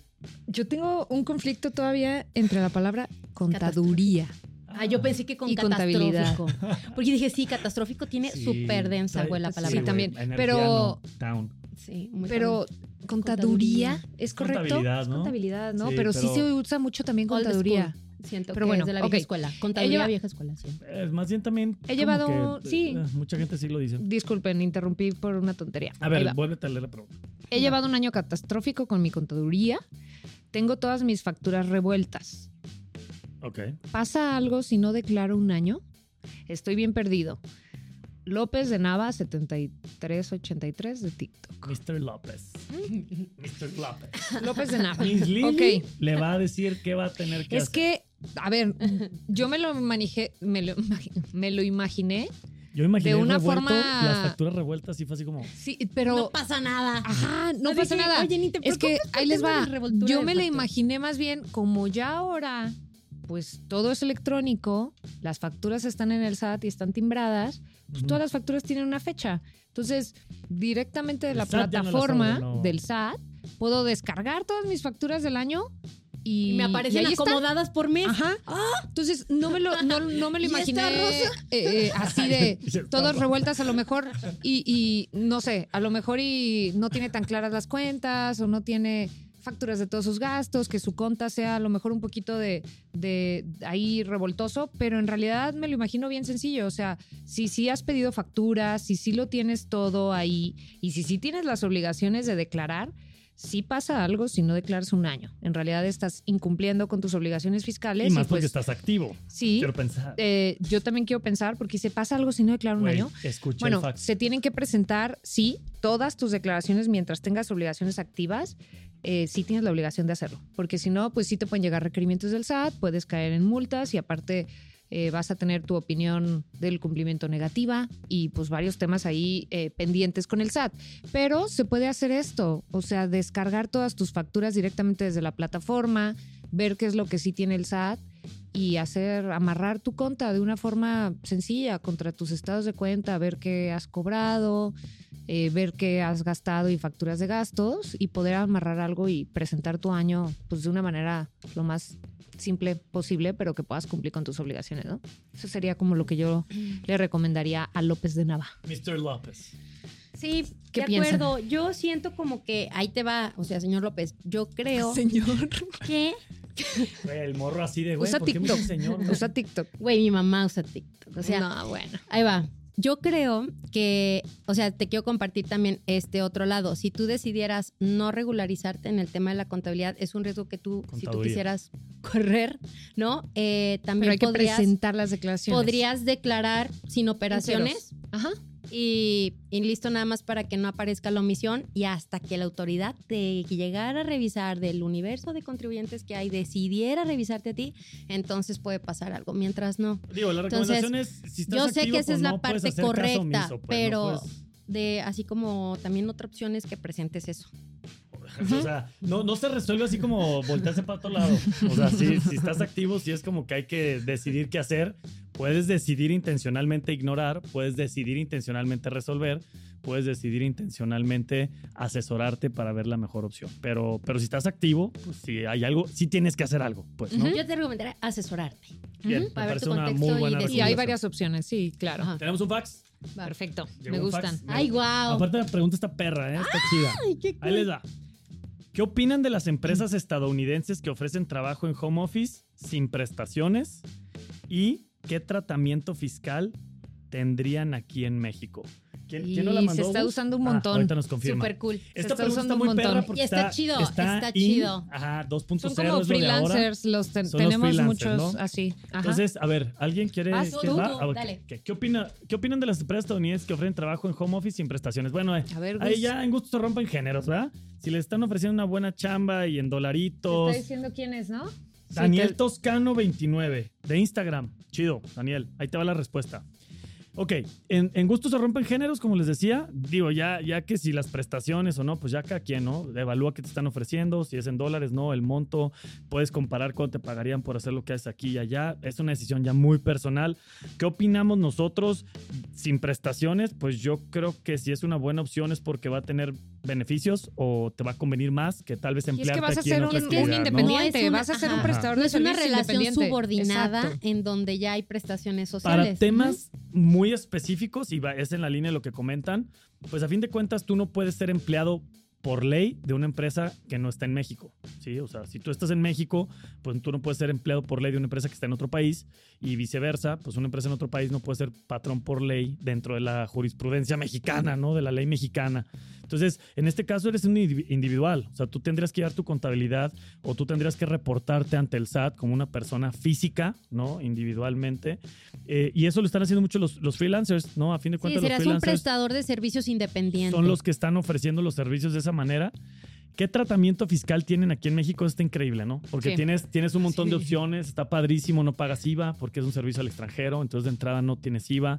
Speaker 3: Yo tengo un conflicto todavía entre la palabra contaduría.
Speaker 4: Ah, yo pensé que con
Speaker 3: Y contabilidad.
Speaker 4: catastrófico. Porque dije, sí, catastrófico tiene
Speaker 2: Sí,
Speaker 4: súper densa,
Speaker 2: trae-
Speaker 4: güey, la
Speaker 2: sí,
Speaker 4: palabra.
Speaker 2: güey,
Speaker 3: también,
Speaker 2: energía
Speaker 3: pero-
Speaker 2: no, down.
Speaker 4: Sí, muy
Speaker 3: Pero
Speaker 4: Contaduría.
Speaker 3: contaduría, ¿es correcto?
Speaker 2: Contabilidad, ¿no?
Speaker 3: Contabilidad, ¿no?
Speaker 2: Sí,
Speaker 3: pero, sí
Speaker 2: pero-
Speaker 3: se usa mucho también
Speaker 4: Old
Speaker 3: contaduría.
Speaker 4: familiar. Siento
Speaker 3: Pero
Speaker 4: que
Speaker 3: bueno,
Speaker 4: es de la vieja
Speaker 3: ok.
Speaker 4: escuela. Contaduría
Speaker 3: Ella-
Speaker 4: vieja escuela, sí.
Speaker 2: Eh, más bien también. como
Speaker 3: llevado-
Speaker 2: que, eh,
Speaker 3: sí.
Speaker 2: Mucha gente sí lo dice.
Speaker 3: Disculpen, interrumpí por una tontería.
Speaker 2: A
Speaker 3: Ahí
Speaker 2: ver,
Speaker 3: va.
Speaker 2: vuélvete a leer la pregunta.
Speaker 3: He llevado un año catastrófico con mi contaduría. Tengo todas mis facturas revueltas.
Speaker 2: Ok.
Speaker 3: ¿Pasa algo si no declaro un año? Estoy bien perdido. López de Nava, 7383 de TikTok.
Speaker 2: Mr. López. Mr. López.
Speaker 3: López de Nava.
Speaker 2: Miss Lily
Speaker 3: Ok.
Speaker 2: le va a decir qué va a tener que
Speaker 3: Es
Speaker 2: hacer.
Speaker 3: que, a ver, yo me lo manejé, me lo, imagi- me lo imaginé,
Speaker 2: Yo imaginé
Speaker 3: de una
Speaker 2: revuelto,
Speaker 3: forma-
Speaker 2: las facturas revueltas y fue así como.
Speaker 3: sí, pero...
Speaker 4: No pasa nada.
Speaker 3: Ajá, no
Speaker 4: Así
Speaker 3: pasa
Speaker 4: que,
Speaker 3: nada.
Speaker 4: Oye, ni te
Speaker 3: es que
Speaker 4: preocupes por
Speaker 3: ahí
Speaker 4: el
Speaker 3: les
Speaker 4: tema
Speaker 3: va.
Speaker 4: de revoltura
Speaker 3: Yo
Speaker 4: de
Speaker 3: me la
Speaker 4: factura.
Speaker 3: imaginé más bien como ya ahora, pues todo es electrónico, las facturas están en el SAT y están timbradas, pues
Speaker 2: Ujú.
Speaker 3: todas las facturas tienen una fecha. Entonces, directamente de
Speaker 2: El
Speaker 3: la
Speaker 2: SAT ya no las
Speaker 3: plataforma
Speaker 2: abre, no.
Speaker 3: del SAT, puedo descargar todas mis facturas del año y,
Speaker 4: Y me aparecen
Speaker 3: y ahí están.
Speaker 4: acomodadas por mes.
Speaker 3: Ajá. Entonces, no me lo, no, no me lo
Speaker 4: ¿Y esta
Speaker 3: imaginé
Speaker 4: rosa?
Speaker 3: eh, eh, así de
Speaker 2: Y está
Speaker 3: todas
Speaker 2: rosa.
Speaker 3: revueltas a lo mejor y, y no sé, a lo mejor y no tiene tan claras las cuentas o no tiene facturas de todos sus gastos, que su conta sea a lo mejor un poquito de, de ahí revoltoso, pero en realidad me lo imagino bien sencillo, o sea, si sí has pedido facturas, si sí lo tienes todo ahí y si sí tienes las obligaciones de declarar, sí pasa algo si no declaras un año. En realidad estás incumpliendo con tus obligaciones fiscales.
Speaker 2: Y más porque
Speaker 3: pues,
Speaker 2: estás activo.
Speaker 3: Sí,
Speaker 2: Quiero pensar.
Speaker 3: eh, yo también quiero pensar porque se pasa algo si no declaro un
Speaker 2: Güey,
Speaker 3: año.
Speaker 2: Escuché el
Speaker 3: Bueno,
Speaker 2: fax.
Speaker 3: se tienen que presentar, sí, todas tus declaraciones mientras tengas obligaciones activas. eh, sí tienes la obligación de hacerlo, porque si no, pues sí te pueden llegar requerimientos del SAT, puedes caer en multas y aparte eh, vas a tener tu opinión del cumplimiento negativa y pues varios temas ahí eh, pendientes con el SAT. Pero se puede hacer esto, o sea, descargar todas tus facturas directamente desde la plataforma, ver qué es lo que sí tiene el SAT y hacer amarrar tu cuenta de una forma sencilla contra tus estados de cuenta, ver qué has cobrado, eh, ver qué has gastado y facturas de gastos y poder amarrar algo y presentar tu año pues de una manera lo más simple posible, pero que puedas cumplir con tus obligaciones, ¿no? Eso sería como lo que yo le recomendaría a López de Nava.
Speaker 2: Mr. López.
Speaker 4: Sí,
Speaker 3: ¿Qué
Speaker 4: de
Speaker 3: piensan?
Speaker 4: acuerdo. Yo siento como que ahí te va, o sea, señor López, yo creo
Speaker 3: Señor.
Speaker 4: que,
Speaker 2: Güey, el morro así de güey.
Speaker 3: Usa
Speaker 2: ¿por qué me dice
Speaker 3: TikTok.
Speaker 2: señor? güey?
Speaker 3: Usa TikTok.
Speaker 4: güey, mi mamá usa TikTok. O sea,
Speaker 3: no, bueno.
Speaker 4: Ahí va. Yo creo que, o sea, te quiero compartir también este otro lado. Si tú decidieras no regularizarte en el tema de la contabilidad, es un riesgo que tú, si tú
Speaker 2: Contaduría.
Speaker 4: quisieras correr, ¿no? Eh,
Speaker 3: Pero
Speaker 4: también
Speaker 3: hay que
Speaker 4: podrías,
Speaker 3: presentar las declaraciones.
Speaker 4: podrías declarar sin operaciones
Speaker 3: Ajá.
Speaker 4: y, y listo nada más para que no aparezca la omisión y hasta que la autoridad te llegara a revisar del universo de contribuyentes que hay, decidiera revisarte a ti, entonces puede pasar algo. Mientras no.
Speaker 2: Digo, la
Speaker 4: Entonces,
Speaker 2: recomendación es: si estás
Speaker 4: yo sé
Speaker 2: activo,
Speaker 4: que esa
Speaker 2: pues,
Speaker 4: es la
Speaker 2: no puedes
Speaker 4: parte
Speaker 2: hacer caso
Speaker 4: correcta,
Speaker 2: omiso, pues,
Speaker 4: pero-
Speaker 2: no puedes-
Speaker 4: de así como también otra opción es que presentes eso.
Speaker 2: O sea, no, no se resuelve así como voltearse para otro lado. O sea, si, si estás activo, si es como que hay que decidir qué hacer. Puedes decidir intencionalmente ignorar, puedes decidir intencionalmente resolver, puedes decidir intencionalmente asesorarte para ver la mejor opción. Pero, pero si estás activo, pues si hay algo, sí tienes que hacer algo, pues, ¿no?
Speaker 3: Ujú.
Speaker 4: Yo te recomendaría asesorarte.
Speaker 2: Bien,
Speaker 3: Ujú.
Speaker 2: me
Speaker 4: Para ver
Speaker 2: parece
Speaker 4: tu
Speaker 2: una
Speaker 4: contexto
Speaker 2: muy
Speaker 4: y
Speaker 2: buena
Speaker 4: decidir.
Speaker 3: Y hay
Speaker 2: recomendación.
Speaker 3: varias opciones, sí, claro.
Speaker 4: Ajá.
Speaker 2: ¿Tenemos un fax?
Speaker 4: Va.
Speaker 3: Perfecto.
Speaker 2: Llegó
Speaker 3: Me
Speaker 2: un
Speaker 3: gustan.
Speaker 2: fax.
Speaker 4: Ay, guau.
Speaker 2: Aparte la pregunta está perra, ¿eh? Está
Speaker 3: Ah.
Speaker 2: chida.
Speaker 4: Ay, qué
Speaker 2: Ahí les va. ¿Qué opinan de las empresas estadounidenses que ofrecen trabajo en home office sin prestaciones? ¿Y qué tratamiento fiscal tendrían aquí en México? ¿Quién, quién nos la
Speaker 3: Y
Speaker 2: mandó?
Speaker 3: se está
Speaker 2: Gus?
Speaker 3: usando un
Speaker 2: Ah,
Speaker 3: montón.
Speaker 2: ahorita nos confirma.
Speaker 4: Súper cool.
Speaker 2: Esta
Speaker 3: está
Speaker 2: pregunta está
Speaker 3: usando un
Speaker 2: muy
Speaker 3: montón.
Speaker 2: perra porque
Speaker 4: Y está chido, está
Speaker 2: in-
Speaker 4: chido.
Speaker 2: Ajá,
Speaker 3: Son
Speaker 2: 2.0
Speaker 3: como
Speaker 2: es lo de ahora.
Speaker 3: freelancers, los ten-
Speaker 2: Son los
Speaker 3: tenemos
Speaker 2: freelancers,
Speaker 3: muchos
Speaker 2: ¿no?
Speaker 3: así. Ajá.
Speaker 2: Entonces, a ver, ¿alguien quiere?
Speaker 3: Vas
Speaker 2: quién
Speaker 4: tú,
Speaker 2: va?
Speaker 4: tú,
Speaker 2: Ah, ok,
Speaker 4: dale.
Speaker 2: ok. ¿Qué, opina, ¿Qué opinan de las empresas estadounidenses que ofrecen trabajo en home office sin prestaciones? Bueno, eh,
Speaker 3: a ver,
Speaker 2: ahí
Speaker 3: Gus,
Speaker 2: ya en gusto se rompen géneros, ¿verdad? Si les están ofreciendo una buena chamba y en
Speaker 3: te
Speaker 2: dolaritos,
Speaker 3: está diciendo quién es, ¿no?
Speaker 2: Daniel
Speaker 3: Sí,
Speaker 2: Toscano 29 de Instagram. Chido, Daniel. Ahí te va la respuesta. Ok, en, en gusto se rompen géneros, como les decía. Digo, ya, ya que si las prestaciones o no, pues ya cada quien, ¿no? Evalúa qué te están ofreciendo, si es en dólares, no, el monto. Puedes comparar cuánto te pagarían por hacer lo que haces aquí y allá. Es una decisión ya muy personal. ¿Qué opinamos nosotros sin prestaciones? Pues yo creo que si es una buena opción es porque va a tener beneficios o te va a convenir más que tal vez
Speaker 3: Y es
Speaker 2: emplearte
Speaker 3: que vas a
Speaker 2: aquí en
Speaker 3: ser un,
Speaker 2: otra
Speaker 3: un
Speaker 2: actividad, ¿no?
Speaker 3: independiente,
Speaker 4: No es una-
Speaker 3: vas a ser un
Speaker 4: ajá.
Speaker 3: prestador
Speaker 4: No
Speaker 3: de
Speaker 4: es una
Speaker 3: servicio
Speaker 4: relación
Speaker 3: independiente.
Speaker 4: subordinada
Speaker 3: Exacto.
Speaker 4: en donde ya hay prestaciones sociales.
Speaker 2: Para temas muy específicos, y va- es en la línea de lo que comentan, pues a fin de cuentas tú no puedes ser empleado por ley de una empresa que no está en México, ¿sí? O sea, si tú estás en México, pues tú no puedes ser empleado por ley de una empresa que está en otro país y viceversa, pues una empresa en otro país no puede ser patrón por ley dentro de la jurisprudencia mexicana, ¿no? De la ley mexicana. Entonces, en este caso eres un indivi- individual, o sea, tú tendrías que llevar tu contabilidad o tú tendrías que reportarte ante el SAT como una persona física, ¿no? Individualmente. Eh, y eso lo están haciendo mucho los, los freelancers, ¿no? A fin de
Speaker 4: Sí,
Speaker 2: cuentas, los
Speaker 4: serás un
Speaker 2: freelancers
Speaker 4: prestador de servicios independiente.
Speaker 2: son los que están ofreciendo los servicios de esa manera. ¿Qué tratamiento fiscal tienen aquí en México? Está increíble, ¿no? Porque
Speaker 3: Sí.
Speaker 2: tienes, tienes un montón de
Speaker 3: Sí.
Speaker 2: opciones, está padrísimo, no pagas IVA porque es un servicio al extranjero, entonces de entrada no tienes IVA.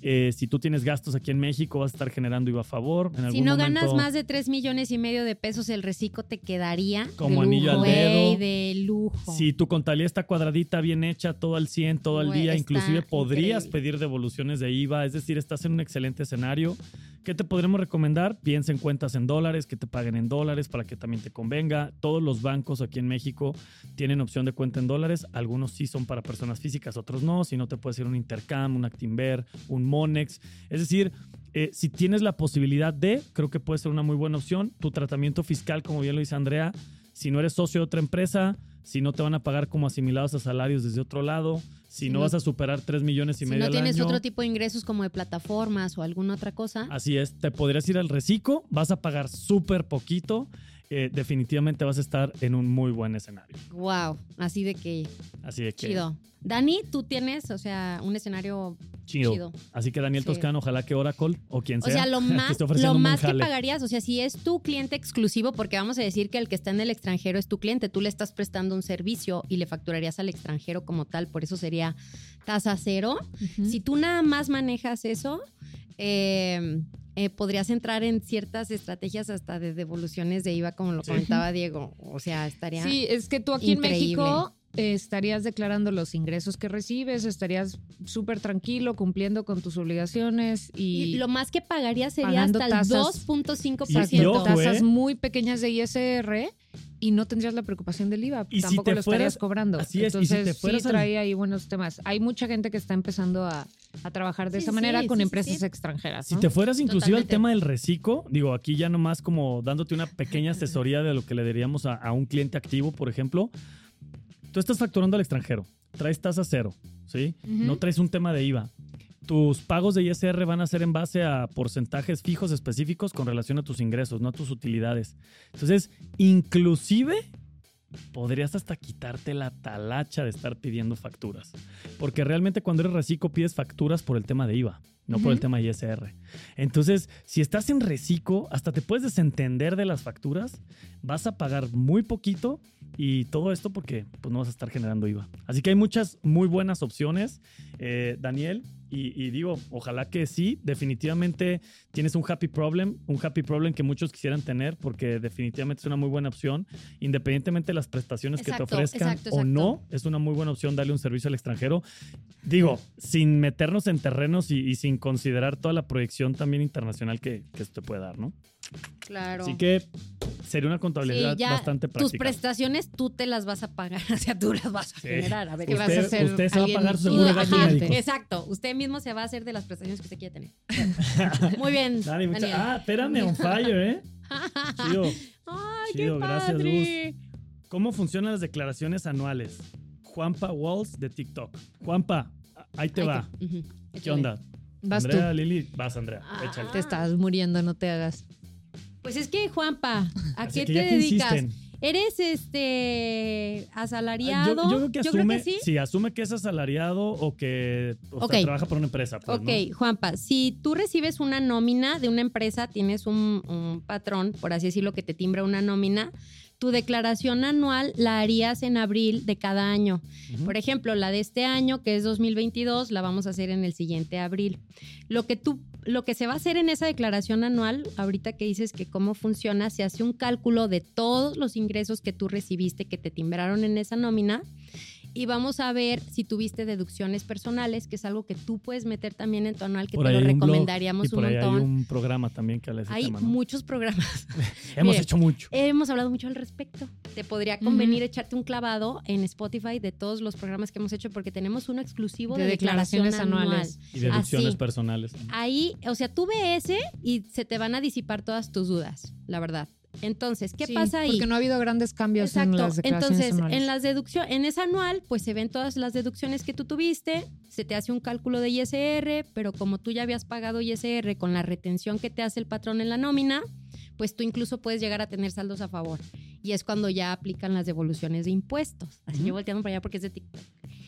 Speaker 2: Eh, si tú tienes gastos aquí en México, vas a estar generando IVA a favor. En
Speaker 4: si
Speaker 2: algún
Speaker 4: no ganas
Speaker 2: momento-
Speaker 4: más de 3 millones y medio de pesos, el reciclo te quedaría
Speaker 2: Como
Speaker 4: de
Speaker 2: anillo al
Speaker 4: lujo.
Speaker 2: dedo.
Speaker 4: Güey, de lujo.
Speaker 2: Si tu contabilidad está cuadradita, bien hecha, todo al 100, todo al
Speaker 4: Güey,
Speaker 2: día,
Speaker 4: está
Speaker 2: inclusive podrías
Speaker 4: increíble.
Speaker 2: pedir devoluciones de IVA, es decir, estás en un excelente escenario. ¿Qué te podremos recomendar? Piensa en cuentas en dólares, que te paguen en dólares para que también te convenga. Todos los bancos aquí en México tienen opción de cuenta en dólares. Algunos sí son para personas físicas, otros no. Si no, te puedes ir a un Intercam, un Actinver, un Monex. Es decir, eh, si tienes la posibilidad de, creo que puede ser una muy buena opción. Tu tratamiento fiscal, como bien lo dice Andrea, si no eres socio de otra empresa, si no te van a pagar como asimilados a salarios desde otro lado, si,
Speaker 4: Si
Speaker 2: no,
Speaker 4: no-
Speaker 2: vas a superar 3 millones y
Speaker 4: Si
Speaker 2: medio
Speaker 4: no
Speaker 2: al
Speaker 4: tienes
Speaker 2: año.
Speaker 4: otro tipo de ingresos como de plataformas o alguna otra cosa,
Speaker 2: Así es, te podrías ir al reciclo, vas a pagar súper poquito, eh, definitivamente vas a estar en un muy buen escenario.
Speaker 4: wow, así de que
Speaker 2: Así de que
Speaker 4: chido. Dani, tú tienes, o sea, un escenario
Speaker 2: chido.
Speaker 4: chido.
Speaker 2: Así que Daniel
Speaker 4: Sí.
Speaker 2: Toscano, ojalá que Oracle o quien sea,
Speaker 4: O sea, lo más,
Speaker 2: esté ofreciendo
Speaker 4: lo
Speaker 2: un
Speaker 4: más que
Speaker 2: jale.
Speaker 4: pagarías, o sea, si es tu cliente exclusivo, porque vamos a decir que el que está en el extranjero es tu cliente, tú le estás prestando un servicio y le facturarías al extranjero como tal, por eso sería tasa cero.
Speaker 3: Ujú.
Speaker 4: Si tú nada más manejas eso, eh, eh, podrías entrar en ciertas estrategias hasta de devoluciones de IVA, como lo
Speaker 2: Sí.
Speaker 4: comentaba Diego. O sea, estaría...
Speaker 3: Sí, es que tú aquí en
Speaker 4: Increíble.
Speaker 3: México eh, estarías declarando los ingresos que recibes, estarías súper tranquilo cumpliendo con tus obligaciones
Speaker 4: Y
Speaker 3: y,
Speaker 4: lo más que pagarías sería
Speaker 3: Pagando
Speaker 4: hasta
Speaker 3: tasas.
Speaker 4: el
Speaker 2: Y- y
Speaker 4: 2.5%.
Speaker 2: ojo,
Speaker 3: tasas
Speaker 2: ¿eh?
Speaker 3: muy pequeñas de ISR y no tendrías la preocupación del IVA,
Speaker 2: Y si
Speaker 3: tampoco
Speaker 2: te
Speaker 3: lo estarías
Speaker 2: fueras-
Speaker 3: cobrando.
Speaker 2: así es, y si te
Speaker 3: Entonces,
Speaker 2: fueras
Speaker 3: sí
Speaker 2: al-
Speaker 3: trae ahí buenos temas. Hay mucha gente que está empezando a, a trabajar de
Speaker 4: Sí,
Speaker 3: esa
Speaker 4: sí,
Speaker 3: manera con
Speaker 4: sí, sí,
Speaker 3: empresas
Speaker 4: sí.
Speaker 3: extranjeras.
Speaker 2: Si
Speaker 3: ¿no?
Speaker 2: te fueras inclusive al
Speaker 4: Totalmente.
Speaker 2: tema del reciclo, digo, aquí ya nomás como dándote una pequeña asesoría de lo que le daríamos a, a un cliente activo, por ejemplo, tú estás facturando al extranjero, traes tasa cero, ¿sí?
Speaker 3: Ujú.
Speaker 2: No traes un tema de IVA. Tus pagos de ISR van a ser en base a porcentajes fijos específicos con relación a tus ingresos, no a tus utilidades. Entonces, inclusive podrías hasta quitarte la talacha de estar pidiendo facturas. Porque realmente cuando eres reciclo pides facturas por el tema de IVA, no por el
Speaker 3: Ujú.
Speaker 2: tema de ISR. Entonces, si estás en reciclo, hasta te puedes desentender de las facturas, vas a pagar muy poquito y todo esto porque pues, no vas a estar generando IVA. Así que hay muchas muy buenas opciones, eh, Daniel. Y, y digo, ojalá que sí, definitivamente tienes un happy problem, un happy problem que muchos quisieran tener porque definitivamente es una muy buena opción, independientemente de las prestaciones que te
Speaker 4: Exacto,
Speaker 2: ofrezcan
Speaker 4: exacto,
Speaker 2: o
Speaker 4: exacto.
Speaker 2: no, es una muy buena opción darle un servicio al extranjero. Digo, sin meternos en terrenos y, y sin considerar toda la proyección también internacional que, que esto te puede dar, ¿no?
Speaker 4: Claro.
Speaker 2: Así que sería una
Speaker 4: Sí,
Speaker 2: contabilidad
Speaker 4: ya
Speaker 2: bastante
Speaker 4: tus
Speaker 2: práctica.
Speaker 4: prestaciones tú te las vas a pagar, o sea, tú las vas a
Speaker 2: Sí.
Speaker 4: generar. A ver,
Speaker 3: que vas a
Speaker 2: usted,
Speaker 3: ser
Speaker 2: usted se va a
Speaker 3: alguien
Speaker 2: pagar su
Speaker 3: tú-
Speaker 2: seguro de
Speaker 4: Ajá,
Speaker 2: gastos
Speaker 3: Ajá,
Speaker 2: médicos.
Speaker 4: Exacto, usted mismo se va a hacer de las prestaciones que usted quiere tener. Muy bien,
Speaker 2: Dani, mucha-
Speaker 4: Daniel. Ah.
Speaker 2: ah, espérame, on fire, ¿eh? Chido.
Speaker 4: Ay,
Speaker 2: Chido,
Speaker 4: qué
Speaker 2: gracias,
Speaker 4: padre.
Speaker 2: ¿Cómo funcionan las declaraciones anuales? Juanpa Walls de TikTok. Juanpa, a- ahí te
Speaker 4: Ay,
Speaker 2: va.
Speaker 4: qué- ujú,
Speaker 2: ¿Qué
Speaker 4: échale.
Speaker 2: onda?
Speaker 3: Vas
Speaker 2: Andrea, Lili, vas, Andrea.
Speaker 4: Ah.
Speaker 2: Échale.
Speaker 3: tú. Te estás muriendo, no te hagas.
Speaker 4: Pues es que, Juanpa, ¿a
Speaker 2: Así
Speaker 4: qué
Speaker 2: que
Speaker 4: te
Speaker 2: ya que
Speaker 4: dedicas?
Speaker 2: insisten.
Speaker 4: ¿Eres este
Speaker 2: Ah, Yo,
Speaker 4: asalariado?
Speaker 2: yo creo que asume,
Speaker 4: sí.
Speaker 2: sí, asume que es asalariado o que o sea,
Speaker 4: Ok.
Speaker 2: trabaja para una empresa. pues,
Speaker 4: Ok,
Speaker 2: ¿no?
Speaker 4: Juanpa, si tú recibes una nómina de una empresa, tienes un, un patrón, por así decirlo, que te timbra una nómina, tu declaración anual la harías en abril de cada año.
Speaker 2: Ujú.
Speaker 4: Por ejemplo, la de este año, que es 2022, la vamos a hacer en el siguiente abril. Lo que tú lo que se va a hacer en esa declaración anual, ahorita que dices que cómo funciona, se hace un cálculo de todos los ingresos que tú recibiste que te timbraron en esa nómina y vamos a ver si tuviste deducciones personales, que es algo que tú puedes meter también en tu anual que
Speaker 2: Por
Speaker 4: te
Speaker 2: ahí
Speaker 4: lo
Speaker 2: hay un blog
Speaker 4: recomendaríamos
Speaker 2: Y por
Speaker 4: un
Speaker 2: ahí hay
Speaker 4: montón.
Speaker 2: un programa también que habla de ese
Speaker 4: Hay
Speaker 2: tema, ¿no?
Speaker 4: muchos programas.
Speaker 2: Hemos
Speaker 4: Mira,
Speaker 2: hecho mucho.
Speaker 4: Hemos hablado mucho al respecto. Te podría convenir echarte un clavado en Spotify de todos los programas que hemos hecho porque tenemos uno exclusivo de,
Speaker 3: De
Speaker 4: declaración
Speaker 3: declaraciones
Speaker 4: anual.
Speaker 3: anuales.
Speaker 2: Y deducciones
Speaker 4: así. Ah,
Speaker 2: personales.
Speaker 4: Ahí, o sea, tú ve ese y se te van a disipar todas tus dudas, la verdad. Entonces, ¿qué
Speaker 3: Sí,
Speaker 4: pasa ahí?
Speaker 3: Porque no ha habido grandes cambios en las declaraciones
Speaker 4: Entonces,
Speaker 3: anuales.
Speaker 4: en las deducciones, en esa anual, pues se ven todas las deducciones que tú tuviste, se te hace un cálculo de ISR, pero como tú ya habías pagado ISR con la retención que te hace el patrón en la nómina, pues tú incluso puedes llegar a tener saldos a favor. Y es cuando ya aplican las devoluciones de impuestos. Así yo volteando para allá porque es de TikTok.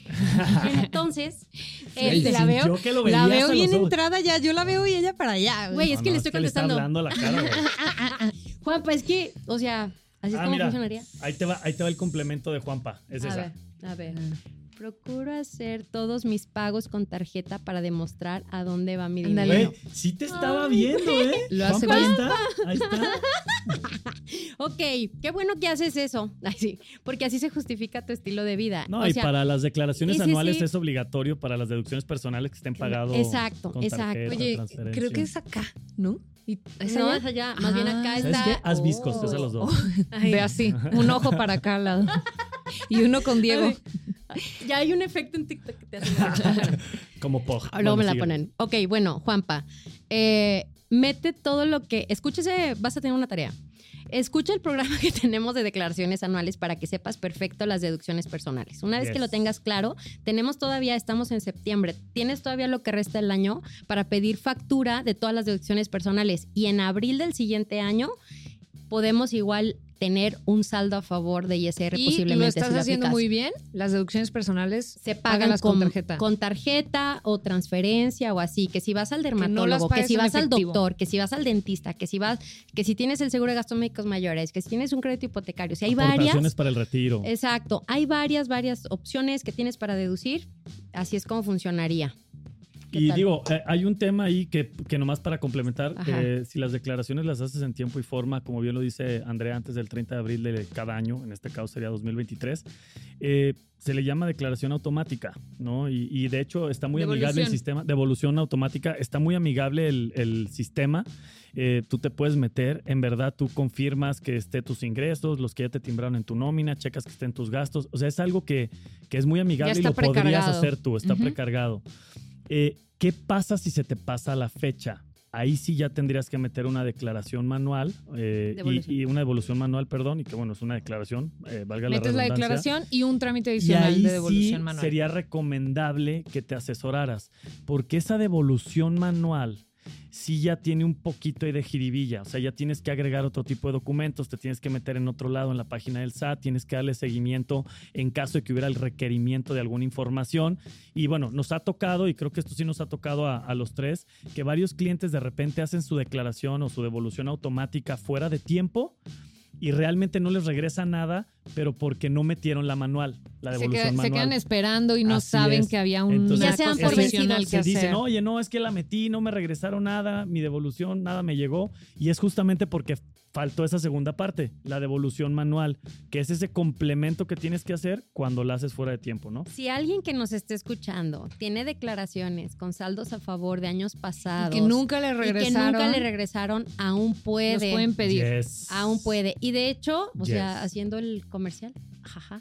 Speaker 4: Entonces,
Speaker 3: Ey,
Speaker 4: este,
Speaker 3: la veo-
Speaker 2: yo que lo
Speaker 3: la
Speaker 2: veías
Speaker 3: veo
Speaker 2: a los
Speaker 3: bien
Speaker 2: ojos.
Speaker 3: entrada ya, yo la veo y ella para allá.
Speaker 4: güey, es
Speaker 2: No,
Speaker 4: que
Speaker 2: no,
Speaker 4: le estoy
Speaker 2: está
Speaker 4: contestando.
Speaker 2: hablando a la cara, güey.
Speaker 4: Juanpa, es que, o sea, así es
Speaker 2: Ah,
Speaker 4: como
Speaker 2: mira,
Speaker 4: funcionaría.
Speaker 2: ahí te, va, ahí te va el complemento de Juanpa. Es
Speaker 4: a
Speaker 2: esa.
Speaker 4: ver, a ver. Procuro hacer todos mis pagos con tarjeta para demostrar a dónde va mi dinero.
Speaker 3: Ándale.
Speaker 2: Güey, sí te estaba
Speaker 4: Ay,
Speaker 2: viendo, ¿eh?
Speaker 3: Lo hace
Speaker 2: Juanpa, ahí está. Ahí está.
Speaker 4: Ok, qué bueno que haces eso. Ay, sí, porque así se justifica tu estilo de vida.
Speaker 2: No,
Speaker 4: O
Speaker 2: y
Speaker 4: sea,
Speaker 2: para las declaraciones
Speaker 4: sí, sí,
Speaker 2: anuales
Speaker 4: sí.
Speaker 2: es obligatorio para las deducciones personales que estén pagados.
Speaker 4: Exacto, exacto.
Speaker 3: Oye, creo que es acá, ¿no? Y es
Speaker 4: no,
Speaker 3: allá.
Speaker 4: es allá, más bien
Speaker 3: Ah.
Speaker 4: acá
Speaker 2: ¿Sabes
Speaker 4: está.
Speaker 2: qué? Haz viscos,
Speaker 4: Oh.
Speaker 2: es a los dos.
Speaker 4: Ay.
Speaker 3: Ve así, un ojo para acá al lado. Y uno con Diego.
Speaker 4: Ay, Ya hay un efecto en TikTok que te hace.
Speaker 2: Como poj.
Speaker 4: Ah, Luego
Speaker 2: Bueno,
Speaker 4: me la
Speaker 2: sigue.
Speaker 4: ponen. Ok, bueno, Juanpa. eh, mete todo lo que. Escúchese, vas a tener una tarea. Escucha el programa que tenemos de declaraciones anuales para que sepas perfecto las deducciones personales. Una vez que
Speaker 2: Yes.
Speaker 4: lo tengas claro, tenemos todavía, estamos en septiembre, tienes todavía lo que resta del año para pedir factura de todas las deducciones personales. Y en abril del siguiente año podemos igual tener un saldo a favor de ISR
Speaker 3: Y
Speaker 4: posiblemente.
Speaker 3: lo
Speaker 4: si
Speaker 3: estás haciendo
Speaker 4: aplicas
Speaker 3: muy bien. Las deducciones personales
Speaker 4: se pagan
Speaker 3: Págalas con
Speaker 4: con,
Speaker 3: tarjeta.
Speaker 4: con tarjeta o transferencia o así, que si vas al
Speaker 3: no las
Speaker 4: dermatólogo, que,
Speaker 3: pagues
Speaker 4: si
Speaker 3: en
Speaker 4: vas al
Speaker 3: efectivo.
Speaker 4: doctor, que si vas al dentista, que si vas, que si tienes el seguro de gastos médicos mayores, que si tienes un crédito hipotecario, o sea, hay
Speaker 2: Aportaciones
Speaker 4: varias.
Speaker 2: para el retiro.
Speaker 4: Exacto, hay varias, varias opciones que tienes para deducir. Así es como funcionaría. ¿Qué
Speaker 2: Y
Speaker 4: tal?
Speaker 2: digo, eh, hay un tema ahí que, que nomás para complementar,
Speaker 4: Ajá.
Speaker 2: eh, si las declaraciones las haces en tiempo y forma, como bien lo dice Andrea, antes del 30 de abril de cada año, en este caso sería 2023, eh, se le llama declaración automática, ¿no? Y, y de hecho está muy amigable el
Speaker 3: Devolución.
Speaker 2: sistema, devolución automática, está muy amigable el, el sistema. Eh, tú te puedes meter, en verdad tú confirmas que esté tus ingresos, los que ya te timbraron en tu nómina, checas que estén tus gastos, o sea, es algo que, que es muy amigable y
Speaker 3: está
Speaker 2: lo podrías
Speaker 3: precargado.
Speaker 2: hacer tú, está
Speaker 3: Ujú.
Speaker 2: precargado. Eh, ¿Qué pasa si se te pasa la fecha? Ahí sí ya tendrías que meter una declaración manual eh, y,
Speaker 4: Devolución.
Speaker 2: y una devolución manual, perdón, y que bueno, es una declaración, eh, valga la
Speaker 3: metes la
Speaker 2: redundancia.
Speaker 3: declaración y un trámite
Speaker 2: Y
Speaker 3: adicional
Speaker 2: ahí
Speaker 3: de devolución
Speaker 2: sí
Speaker 3: manual.
Speaker 2: sería recomendable que te asesoraras, porque esa devolución manual sí ya tiene un poquito ahí de jiribilla, o sea, ya tienes que agregar otro tipo de documentos, te tienes que meter en otro lado en la página del SAT, tienes que darle seguimiento en caso de que hubiera el requerimiento de alguna información. Y bueno, nos ha tocado, y creo que esto sí nos ha tocado a, a los tres, que varios clientes de repente hacen su declaración o su devolución automática fuera de tiempo. Y realmente no les regresa nada, pero porque no metieron la manual, la
Speaker 3: se, queda-
Speaker 2: devolución
Speaker 3: se
Speaker 2: manual
Speaker 3: quedan esperando y no
Speaker 2: Así
Speaker 3: saben
Speaker 2: es.
Speaker 3: que había un
Speaker 2: Entonces,
Speaker 4: Ya se dan por
Speaker 3: adicional
Speaker 4: vencidos.
Speaker 3: que
Speaker 2: se
Speaker 3: hacer.
Speaker 2: dicen, oye, no, es que la metí, no me regresaron nada, mi devolución, nada me llegó. Y es justamente porque faltó esa segunda parte, la devolución manual, que es ese complemento que tienes que hacer cuando la haces fuera de tiempo, ¿no?
Speaker 4: Si alguien que nos esté escuchando tiene declaraciones con saldos a favor de años
Speaker 3: Y
Speaker 4: pasados
Speaker 3: que nunca le
Speaker 4: y que
Speaker 3: regresaron.
Speaker 4: nunca le regresaron, aún
Speaker 3: los
Speaker 4: puede.
Speaker 3: pueden pedir.
Speaker 2: Yes.
Speaker 4: Aún puede. Y de hecho, o sea,
Speaker 2: Yes.
Speaker 4: haciendo el comercial, jaja,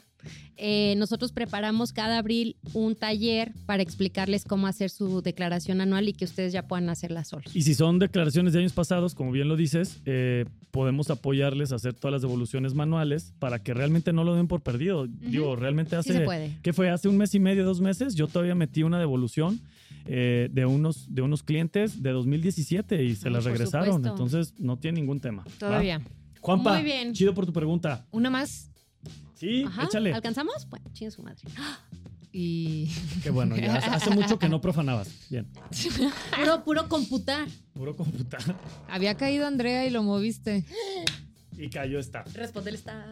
Speaker 4: eh, nosotros preparamos cada abril un taller para explicarles cómo hacer su declaración anual y que ustedes ya puedan hacerla solos.
Speaker 2: Y si son declaraciones de años pasados, como bien lo dices, eh, podemos apoyarles a hacer todas las devoluciones manuales para que realmente no lo den por perdido. Digo, realmente hace...
Speaker 4: Sí se puede.
Speaker 2: ¿Qué fue? Hace un mes y medio, dos meses, yo todavía metí una devolución eh, de, unos, de unos clientes de 2017 y se
Speaker 4: Ay,
Speaker 2: las
Speaker 4: por
Speaker 2: regresaron.
Speaker 4: supuesto.
Speaker 2: Entonces, no tiene ningún tema. ¿va?
Speaker 3: Todavía.
Speaker 2: Juanpa,
Speaker 4: Muy bien.
Speaker 2: chido por tu pregunta.
Speaker 3: Una más
Speaker 2: Sí,
Speaker 4: Ajá,
Speaker 2: échale.
Speaker 4: ¿Alcanzamos? Bueno, chingue su madre.
Speaker 3: y
Speaker 2: Qué bueno, ya hace- hace mucho que no profanabas. Bien,
Speaker 4: Puro, puro computar.
Speaker 2: puro computar.
Speaker 3: había caído Andrea y lo moviste.
Speaker 2: Y cayó está.
Speaker 4: Responde el staff.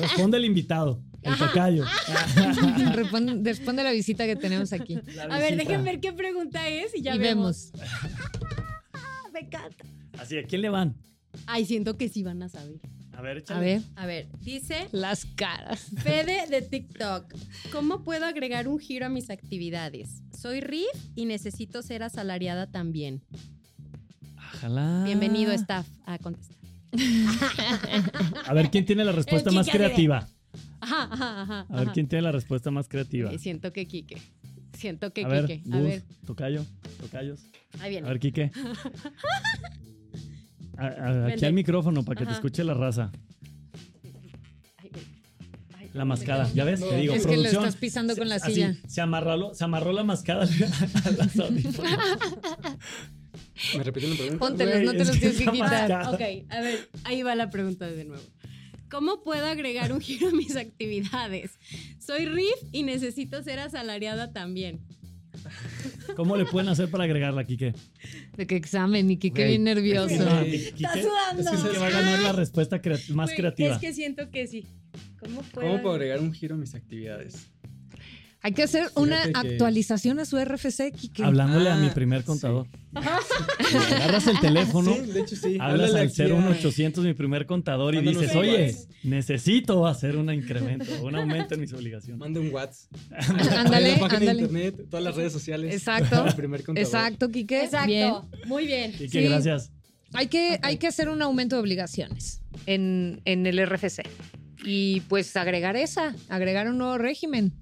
Speaker 2: Responde el invitado, el tocayo.
Speaker 3: Responde, responde la visita que tenemos aquí.
Speaker 2: La
Speaker 4: A ver,
Speaker 2: visita.
Speaker 4: déjenme ver qué pregunta es y ya
Speaker 3: y
Speaker 4: vemos.
Speaker 3: vemos.
Speaker 4: Ah, me encanta.
Speaker 2: Así, ¿a quién le van?
Speaker 4: Ay, siento que sí van a saber.
Speaker 2: A ver, échale.
Speaker 3: A ver,
Speaker 4: A ver, dice
Speaker 3: las caras.
Speaker 4: Fede de TikTok. ¿Cómo puedo agregar un giro a mis actividades? Soy RIF y necesito ser asalariada también.
Speaker 2: Ojalá.
Speaker 4: Bienvenido, staff, a contestar.
Speaker 2: A ver quién tiene la respuesta
Speaker 4: El
Speaker 2: más
Speaker 4: Quique Aguirre.
Speaker 2: creativa.
Speaker 4: Ajá, ajá, ajá.
Speaker 2: A ver
Speaker 4: ajá.
Speaker 2: quién tiene la respuesta más creativa.
Speaker 4: Eh, Siento que Quique. Siento que
Speaker 2: a ver,
Speaker 4: Quique. A
Speaker 2: Gus,
Speaker 4: ver,
Speaker 2: tocayo, tocayos.
Speaker 4: ahí viene.
Speaker 2: A ver, Quique. A- a- aquí
Speaker 4: Vente.
Speaker 2: al micrófono para que te
Speaker 4: Ajá.
Speaker 2: escuche la raza.
Speaker 4: Ahí viene. Ay,
Speaker 2: La mascada. ¿Ya ves? Te digo,
Speaker 3: es que lo
Speaker 2: producción.
Speaker 3: estás pisando con la
Speaker 2: Así,
Speaker 3: silla.
Speaker 2: se, amarró, se amarró la mascada a las audífonos.
Speaker 5: ¿Me repiten la pregunta?
Speaker 3: Póntelos,
Speaker 2: Güey,
Speaker 3: no te
Speaker 2: es
Speaker 3: los
Speaker 2: que
Speaker 3: tienes que
Speaker 2: está
Speaker 3: quitar.
Speaker 2: mascada.
Speaker 4: Ok, a ver, ahí va la pregunta de nuevo. ¿Cómo puedo agregar un giro a mis actividades? Soy RIF y necesito ser asalariada también.
Speaker 2: ¿Cómo le pueden hacer para agregarla, Quique?
Speaker 3: De qué examen y Quique
Speaker 5: Güey,
Speaker 3: bien
Speaker 2: No,
Speaker 3: nervioso.
Speaker 5: no.
Speaker 2: Quique-
Speaker 4: Está sudando.
Speaker 2: Es que va a ganar la respuesta crea- más
Speaker 4: Güey,
Speaker 2: creativa.
Speaker 4: Es que siento que sí. ¿Cómo puedo?
Speaker 5: ¿Cómo puedo agregar un giro a mis actividades?
Speaker 3: Hay que hacer una
Speaker 5: Fíjate que-
Speaker 3: actualización a su RFC, Quique.
Speaker 2: Hablándole a
Speaker 5: Ah,
Speaker 2: mi primer
Speaker 5: sí.
Speaker 2: contador. Agarras el teléfono,
Speaker 5: Sí, de hecho sí.
Speaker 2: hablas
Speaker 5: Háblale
Speaker 2: al
Speaker 5: aquí a-
Speaker 2: 01800, mi primer contador, y
Speaker 5: Mándanos
Speaker 2: dices,
Speaker 5: un
Speaker 2: oye,
Speaker 5: WhatsApp.
Speaker 2: necesito hacer un incremento, un aumento en mis obligaciones.
Speaker 5: Manda un WhatsApp.
Speaker 3: Ándale,
Speaker 5: la página de
Speaker 3: ándale.
Speaker 5: internet, todas las redes sociales.
Speaker 3: Exacto.
Speaker 5: El primer contador.
Speaker 3: Exacto, Quique.
Speaker 4: Exacto.
Speaker 3: Bien.
Speaker 4: Muy bien.
Speaker 2: Quique,
Speaker 3: Sí.
Speaker 2: gracias.
Speaker 3: Hay que, hay que hacer un aumento de obligaciones en, en el RFC. Y pues agregar esa, agregar un nuevo régimen.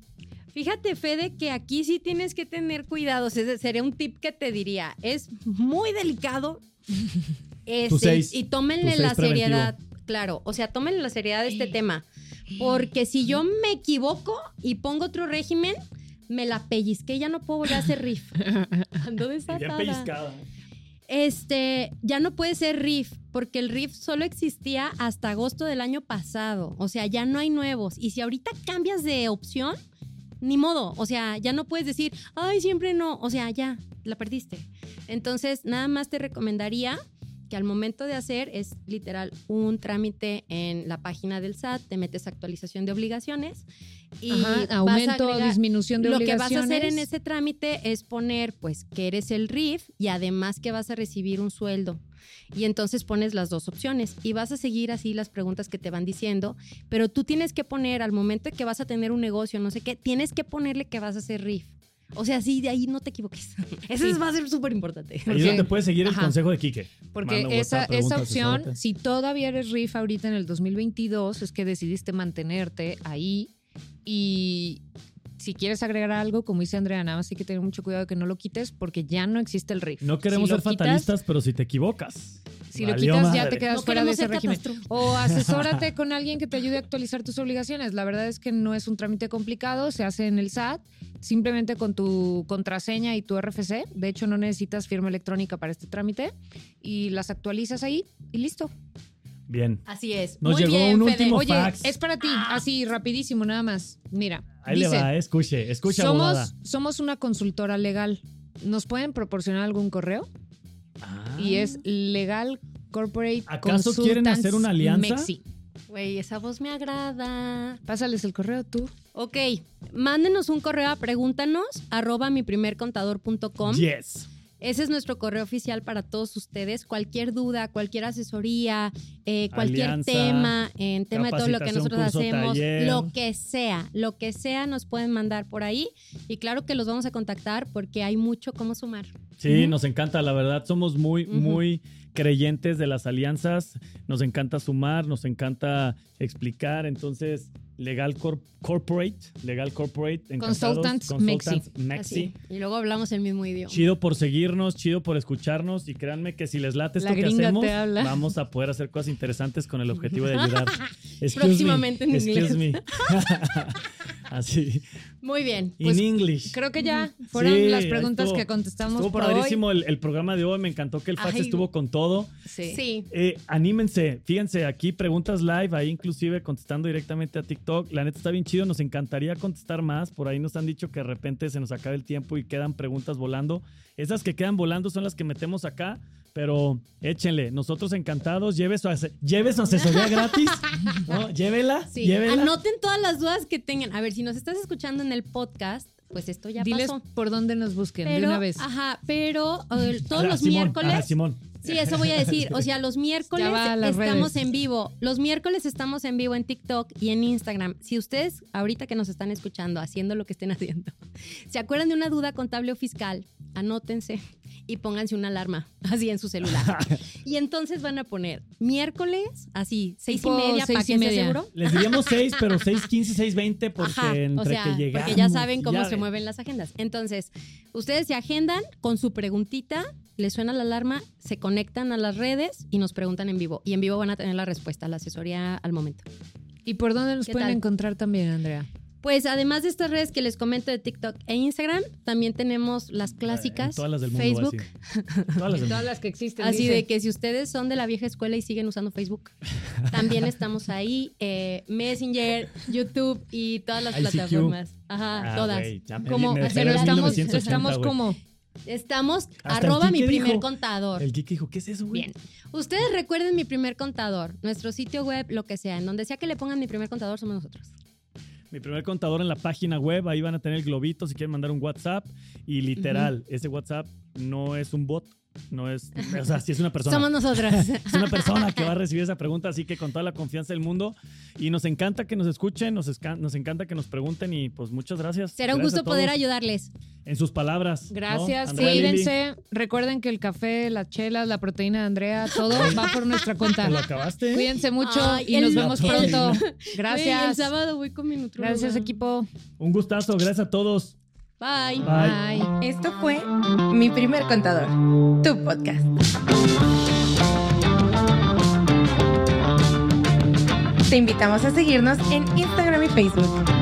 Speaker 4: Fíjate, Fede, que aquí sí tienes que tener cuidado. O sea, Sería un tip que te diría. Es muy delicado. Este,
Speaker 2: Tus seis.
Speaker 4: y
Speaker 2: Tus
Speaker 4: tómenle
Speaker 2: seis
Speaker 4: la
Speaker 2: preventivo.
Speaker 4: seriedad. Claro, o sea, tómenle la seriedad de este tema. Porque si yo me equivoco y pongo otro régimen, me la pellizqué y ya no puedo volver a hacer riff. Ando
Speaker 2: Y Bien
Speaker 4: desatada.
Speaker 2: pellizcada.
Speaker 4: Este, ya no puede ser RIF, porque el RIF solo existía hasta agosto del año pasado. O sea, ya no hay nuevos. Y si ahorita cambias de opción, ni modo. O sea, ya no puedes decir, ay, siempre no. O sea, ya, la perdiste. Entonces, nada más te recomendaría que al momento de hacer es literal un trámite en la página del SAT, te metes actualización de obligaciones y
Speaker 3: Ajá,
Speaker 4: vas a
Speaker 3: aumento o
Speaker 4: agregar-
Speaker 3: disminución de
Speaker 4: lo que vas
Speaker 3: obligaciones.
Speaker 4: a hacer en ese trámite es poner, pues, que eres el RIF y además que vas a recibir un sueldo. Y entonces pones las dos opciones y vas a seguir así las preguntas que te van diciendo, pero tú tienes que poner al momento que vas a tener un negocio, no sé qué, tienes que ponerle que vas a ser RIF. O sea, sí, de ahí no te equivoques. Eso
Speaker 3: Sí.
Speaker 4: va a ser súper importante.
Speaker 2: Ahí
Speaker 3: Porque-
Speaker 2: es donde puedes seguir el
Speaker 3: Ajá.
Speaker 2: consejo de Quique.
Speaker 3: Porque
Speaker 2: Manda un
Speaker 3: esa,
Speaker 2: WhatsApp,
Speaker 3: esa
Speaker 2: pregunta,
Speaker 3: opción,
Speaker 2: asesórate.
Speaker 3: si todavía eres RIF ahorita en el 2022, es que decidiste mantenerte ahí y si quieres agregar algo, como dice Andrea, nada más hay que tener mucho cuidado que no lo quites porque ya no existe el RIF.
Speaker 2: No queremos
Speaker 3: Si lo
Speaker 2: ser
Speaker 3: quitas-
Speaker 2: fatalistas, pero si te equivocas.
Speaker 3: Si lo
Speaker 2: valió
Speaker 3: quitas ya
Speaker 2: madre.
Speaker 3: te quedas
Speaker 4: No
Speaker 3: fuera de
Speaker 4: queremos
Speaker 3: ese
Speaker 4: ser
Speaker 3: régimen.
Speaker 4: catastróficos.
Speaker 3: O asesórate con alguien que te ayude a actualizar tus obligaciones. La verdad es que no es un trámite complicado, se hace en el SAT, simplemente con tu contraseña y tu RFC. De hecho, no necesitas firma electrónica para este trámite y las actualizas ahí y listo.
Speaker 2: Bien.
Speaker 4: Así es.
Speaker 2: Nos
Speaker 4: Muy
Speaker 2: llegó
Speaker 4: bien,
Speaker 2: un
Speaker 4: Fede.
Speaker 2: último-
Speaker 3: Oye,
Speaker 2: fax.
Speaker 3: es para ti, así rapidísimo nada más. Mira,
Speaker 2: Ahí
Speaker 3: dice,
Speaker 2: le va, eh, escuche, escucha, abogada.
Speaker 3: somos, somos una consultora legal. ¿Nos pueden proporcionar algún correo?
Speaker 2: Ah.
Speaker 3: Y es legal corporate.
Speaker 2: ¿Acaso quieren
Speaker 3: Consultants
Speaker 2: hacer una alianza?
Speaker 3: Mexi.
Speaker 4: Güey, esa voz me agrada.
Speaker 3: Pásales el correo tú.
Speaker 4: Ok, mándenos un correo a pregúntanos arroba mi primer
Speaker 2: Yes.
Speaker 4: Ese es nuestro correo oficial para todos ustedes. Cualquier duda, cualquier asesoría, eh, cualquier
Speaker 2: Alianza,
Speaker 4: tema, en tema de todo lo que
Speaker 2: capacitación,
Speaker 4: nosotros
Speaker 2: curso,
Speaker 4: hacemos,
Speaker 2: taller.
Speaker 4: lo que sea, lo que sea nos pueden mandar por ahí. Y claro que los vamos a contactar porque hay mucho cómo sumar.
Speaker 2: Sí,
Speaker 4: Ujú.
Speaker 2: nos encanta, la verdad, somos muy,
Speaker 4: Ujú.
Speaker 2: muy creyentes de las alianzas, nos encanta sumar, nos encanta explicar, entonces, Legal Corp- Corporate, Legal Corporate, encantados,
Speaker 3: Consultants
Speaker 2: Mexi.
Speaker 4: Así. Y luego hablamos el mismo idioma.
Speaker 2: Chido por seguirnos, chido por escucharnos y créanme que si les late
Speaker 3: La
Speaker 2: esto que
Speaker 3: gringa
Speaker 2: hacemos,
Speaker 3: te habla.
Speaker 2: vamos a poder hacer cosas interesantes con el objetivo de ayudar. Excuse me,
Speaker 4: Próximamente en
Speaker 2: excuse me. Así,
Speaker 4: Muy bien.
Speaker 2: in
Speaker 3: Pues,
Speaker 2: English.
Speaker 3: Creo que ya fueron
Speaker 2: Sí,
Speaker 3: las preguntas
Speaker 2: estuvo-
Speaker 3: que contestamos
Speaker 2: Estuvo
Speaker 3: por
Speaker 2: padrísimo el, el programa de hoy, me encantó que el fax
Speaker 4: Ay.
Speaker 2: estuvo con todo.
Speaker 3: hoy. Sí.
Speaker 4: Sí.
Speaker 2: Eh, anímense, fíjense, aquí preguntas live, ahí inclusive contestando directamente a TikTok. La neta está bien chido, nos encantaría contestar más. Por ahí nos han dicho que de repente se nos acaba el tiempo y quedan preguntas volando. Esas que quedan volando son las que metemos acá Pero échenle, nosotros encantados, lleve su, ase- lleve su asesoría gratis, ¿no? Llévela,
Speaker 4: Sí,
Speaker 2: llévela.
Speaker 4: anoten todas las dudas que tengan. A ver, si nos estás escuchando en el podcast, pues esto ya
Speaker 3: Diles
Speaker 4: pasó.
Speaker 3: por dónde nos busquen
Speaker 4: Pero, ah,
Speaker 3: de una vez.
Speaker 4: Ajá, pero eh, todos
Speaker 2: Ajá,
Speaker 4: los
Speaker 2: Simón,
Speaker 4: miércoles.
Speaker 2: ajá, Simón.
Speaker 4: Sí, eso voy a decir. O sea, los miércoles
Speaker 3: Ya va a las
Speaker 4: estamos
Speaker 3: redes.
Speaker 4: en vivo. Los miércoles estamos en vivo en TikTok y en Instagram. Si ustedes, ahorita que nos están escuchando, haciendo lo que estén haciendo, se acuerdan de una duda contable o fiscal, anótense y pónganse una alarma así en su celular. y entonces van a poner miércoles, así, seis y
Speaker 3: Tipo
Speaker 4: media,
Speaker 3: seis
Speaker 4: para
Speaker 3: y
Speaker 4: que esté
Speaker 3: media.
Speaker 4: seguro.
Speaker 2: Les diríamos 6, pero 6, 15, 6, 20, porque
Speaker 4: Ajá,
Speaker 2: entre
Speaker 4: o sea,
Speaker 2: que llegamos.
Speaker 4: porque ya saben cómo
Speaker 2: ya
Speaker 4: se
Speaker 2: ven.
Speaker 4: mueven las agendas. Entonces, ustedes se agendan con su preguntita, les suena la alarma, se conectan a las redes y nos preguntan en vivo. Y en vivo van a tener la respuesta, la asesoría al momento.
Speaker 3: ¿Y por dónde nos
Speaker 4: ¿Qué
Speaker 3: pueden
Speaker 4: tal?
Speaker 3: encontrar también, Andrea?
Speaker 4: Pues además de estas redes que les comento de TikTok e Instagram, también tenemos las
Speaker 2: En
Speaker 4: clásicas,
Speaker 2: Eh, todas las del mundo,
Speaker 4: Facebook.
Speaker 2: así. Todas las del mundo.
Speaker 3: las que existen.
Speaker 4: Así de que si ustedes son de la vieja escuela y siguen usando Facebook, también estamos ahí, eh, Messenger, YouTube y todas las
Speaker 2: ICQ.
Speaker 4: plataformas. Ajá,
Speaker 2: Ah,
Speaker 4: todas.
Speaker 2: güey, ya me-
Speaker 4: Como-
Speaker 2: me
Speaker 4: así
Speaker 3: Pero
Speaker 2: salió en
Speaker 3: estamos,
Speaker 2: 1980,
Speaker 3: estamos
Speaker 2: güey.
Speaker 3: como...
Speaker 4: Estamos
Speaker 2: Hasta el
Speaker 4: arroba mi
Speaker 2: Quique
Speaker 4: primer
Speaker 2: dijo-
Speaker 4: contador.
Speaker 2: El geek dijo, ¿qué es eso, güey?
Speaker 4: Bien. Ustedes recuerden mi primer contador, nuestro sitio web, lo que sea, en donde sea que le pongan mi primer contador somos nosotros.
Speaker 2: Mi primer contador en la página web, ahí van a tener el globito si quieren mandar un WhatsApp. Y literal, ese WhatsApp no es un bot, no es, o sea, sí es una persona.
Speaker 4: Somos nosotras.
Speaker 2: Es una persona que va a recibir esa pregunta, así que con toda la confianza del mundo. Y nos encanta que nos escuchen, nos, esca- nos encanta que nos pregunten y pues muchas gracias.
Speaker 4: Será un
Speaker 2: Gracias a
Speaker 4: gusto poder
Speaker 2: todos.
Speaker 4: ayudarles.
Speaker 2: En sus palabras. ¿no?
Speaker 3: Gracias,
Speaker 2: Andrea Lili,
Speaker 3: cuídense. Recuerden que el café, las chelas, la proteína de Andrea, todo va por nuestra cuenta.
Speaker 2: ¿Te lo acabaste?
Speaker 3: Cuídense mucho
Speaker 4: Ay,
Speaker 3: y
Speaker 4: el-
Speaker 3: nos vemos
Speaker 2: el-
Speaker 3: pronto.
Speaker 4: Güey, el
Speaker 3: Gracias.
Speaker 4: sábado voy con mi nutrióloga.
Speaker 3: Gracias, equipo.
Speaker 2: Un gustazo, gracias a todos.
Speaker 4: Bye.
Speaker 2: Bye.
Speaker 3: Bye.
Speaker 1: Esto fue Mi primer contador, tu podcast. Te invitamos a seguirnos en Instagram y Facebook.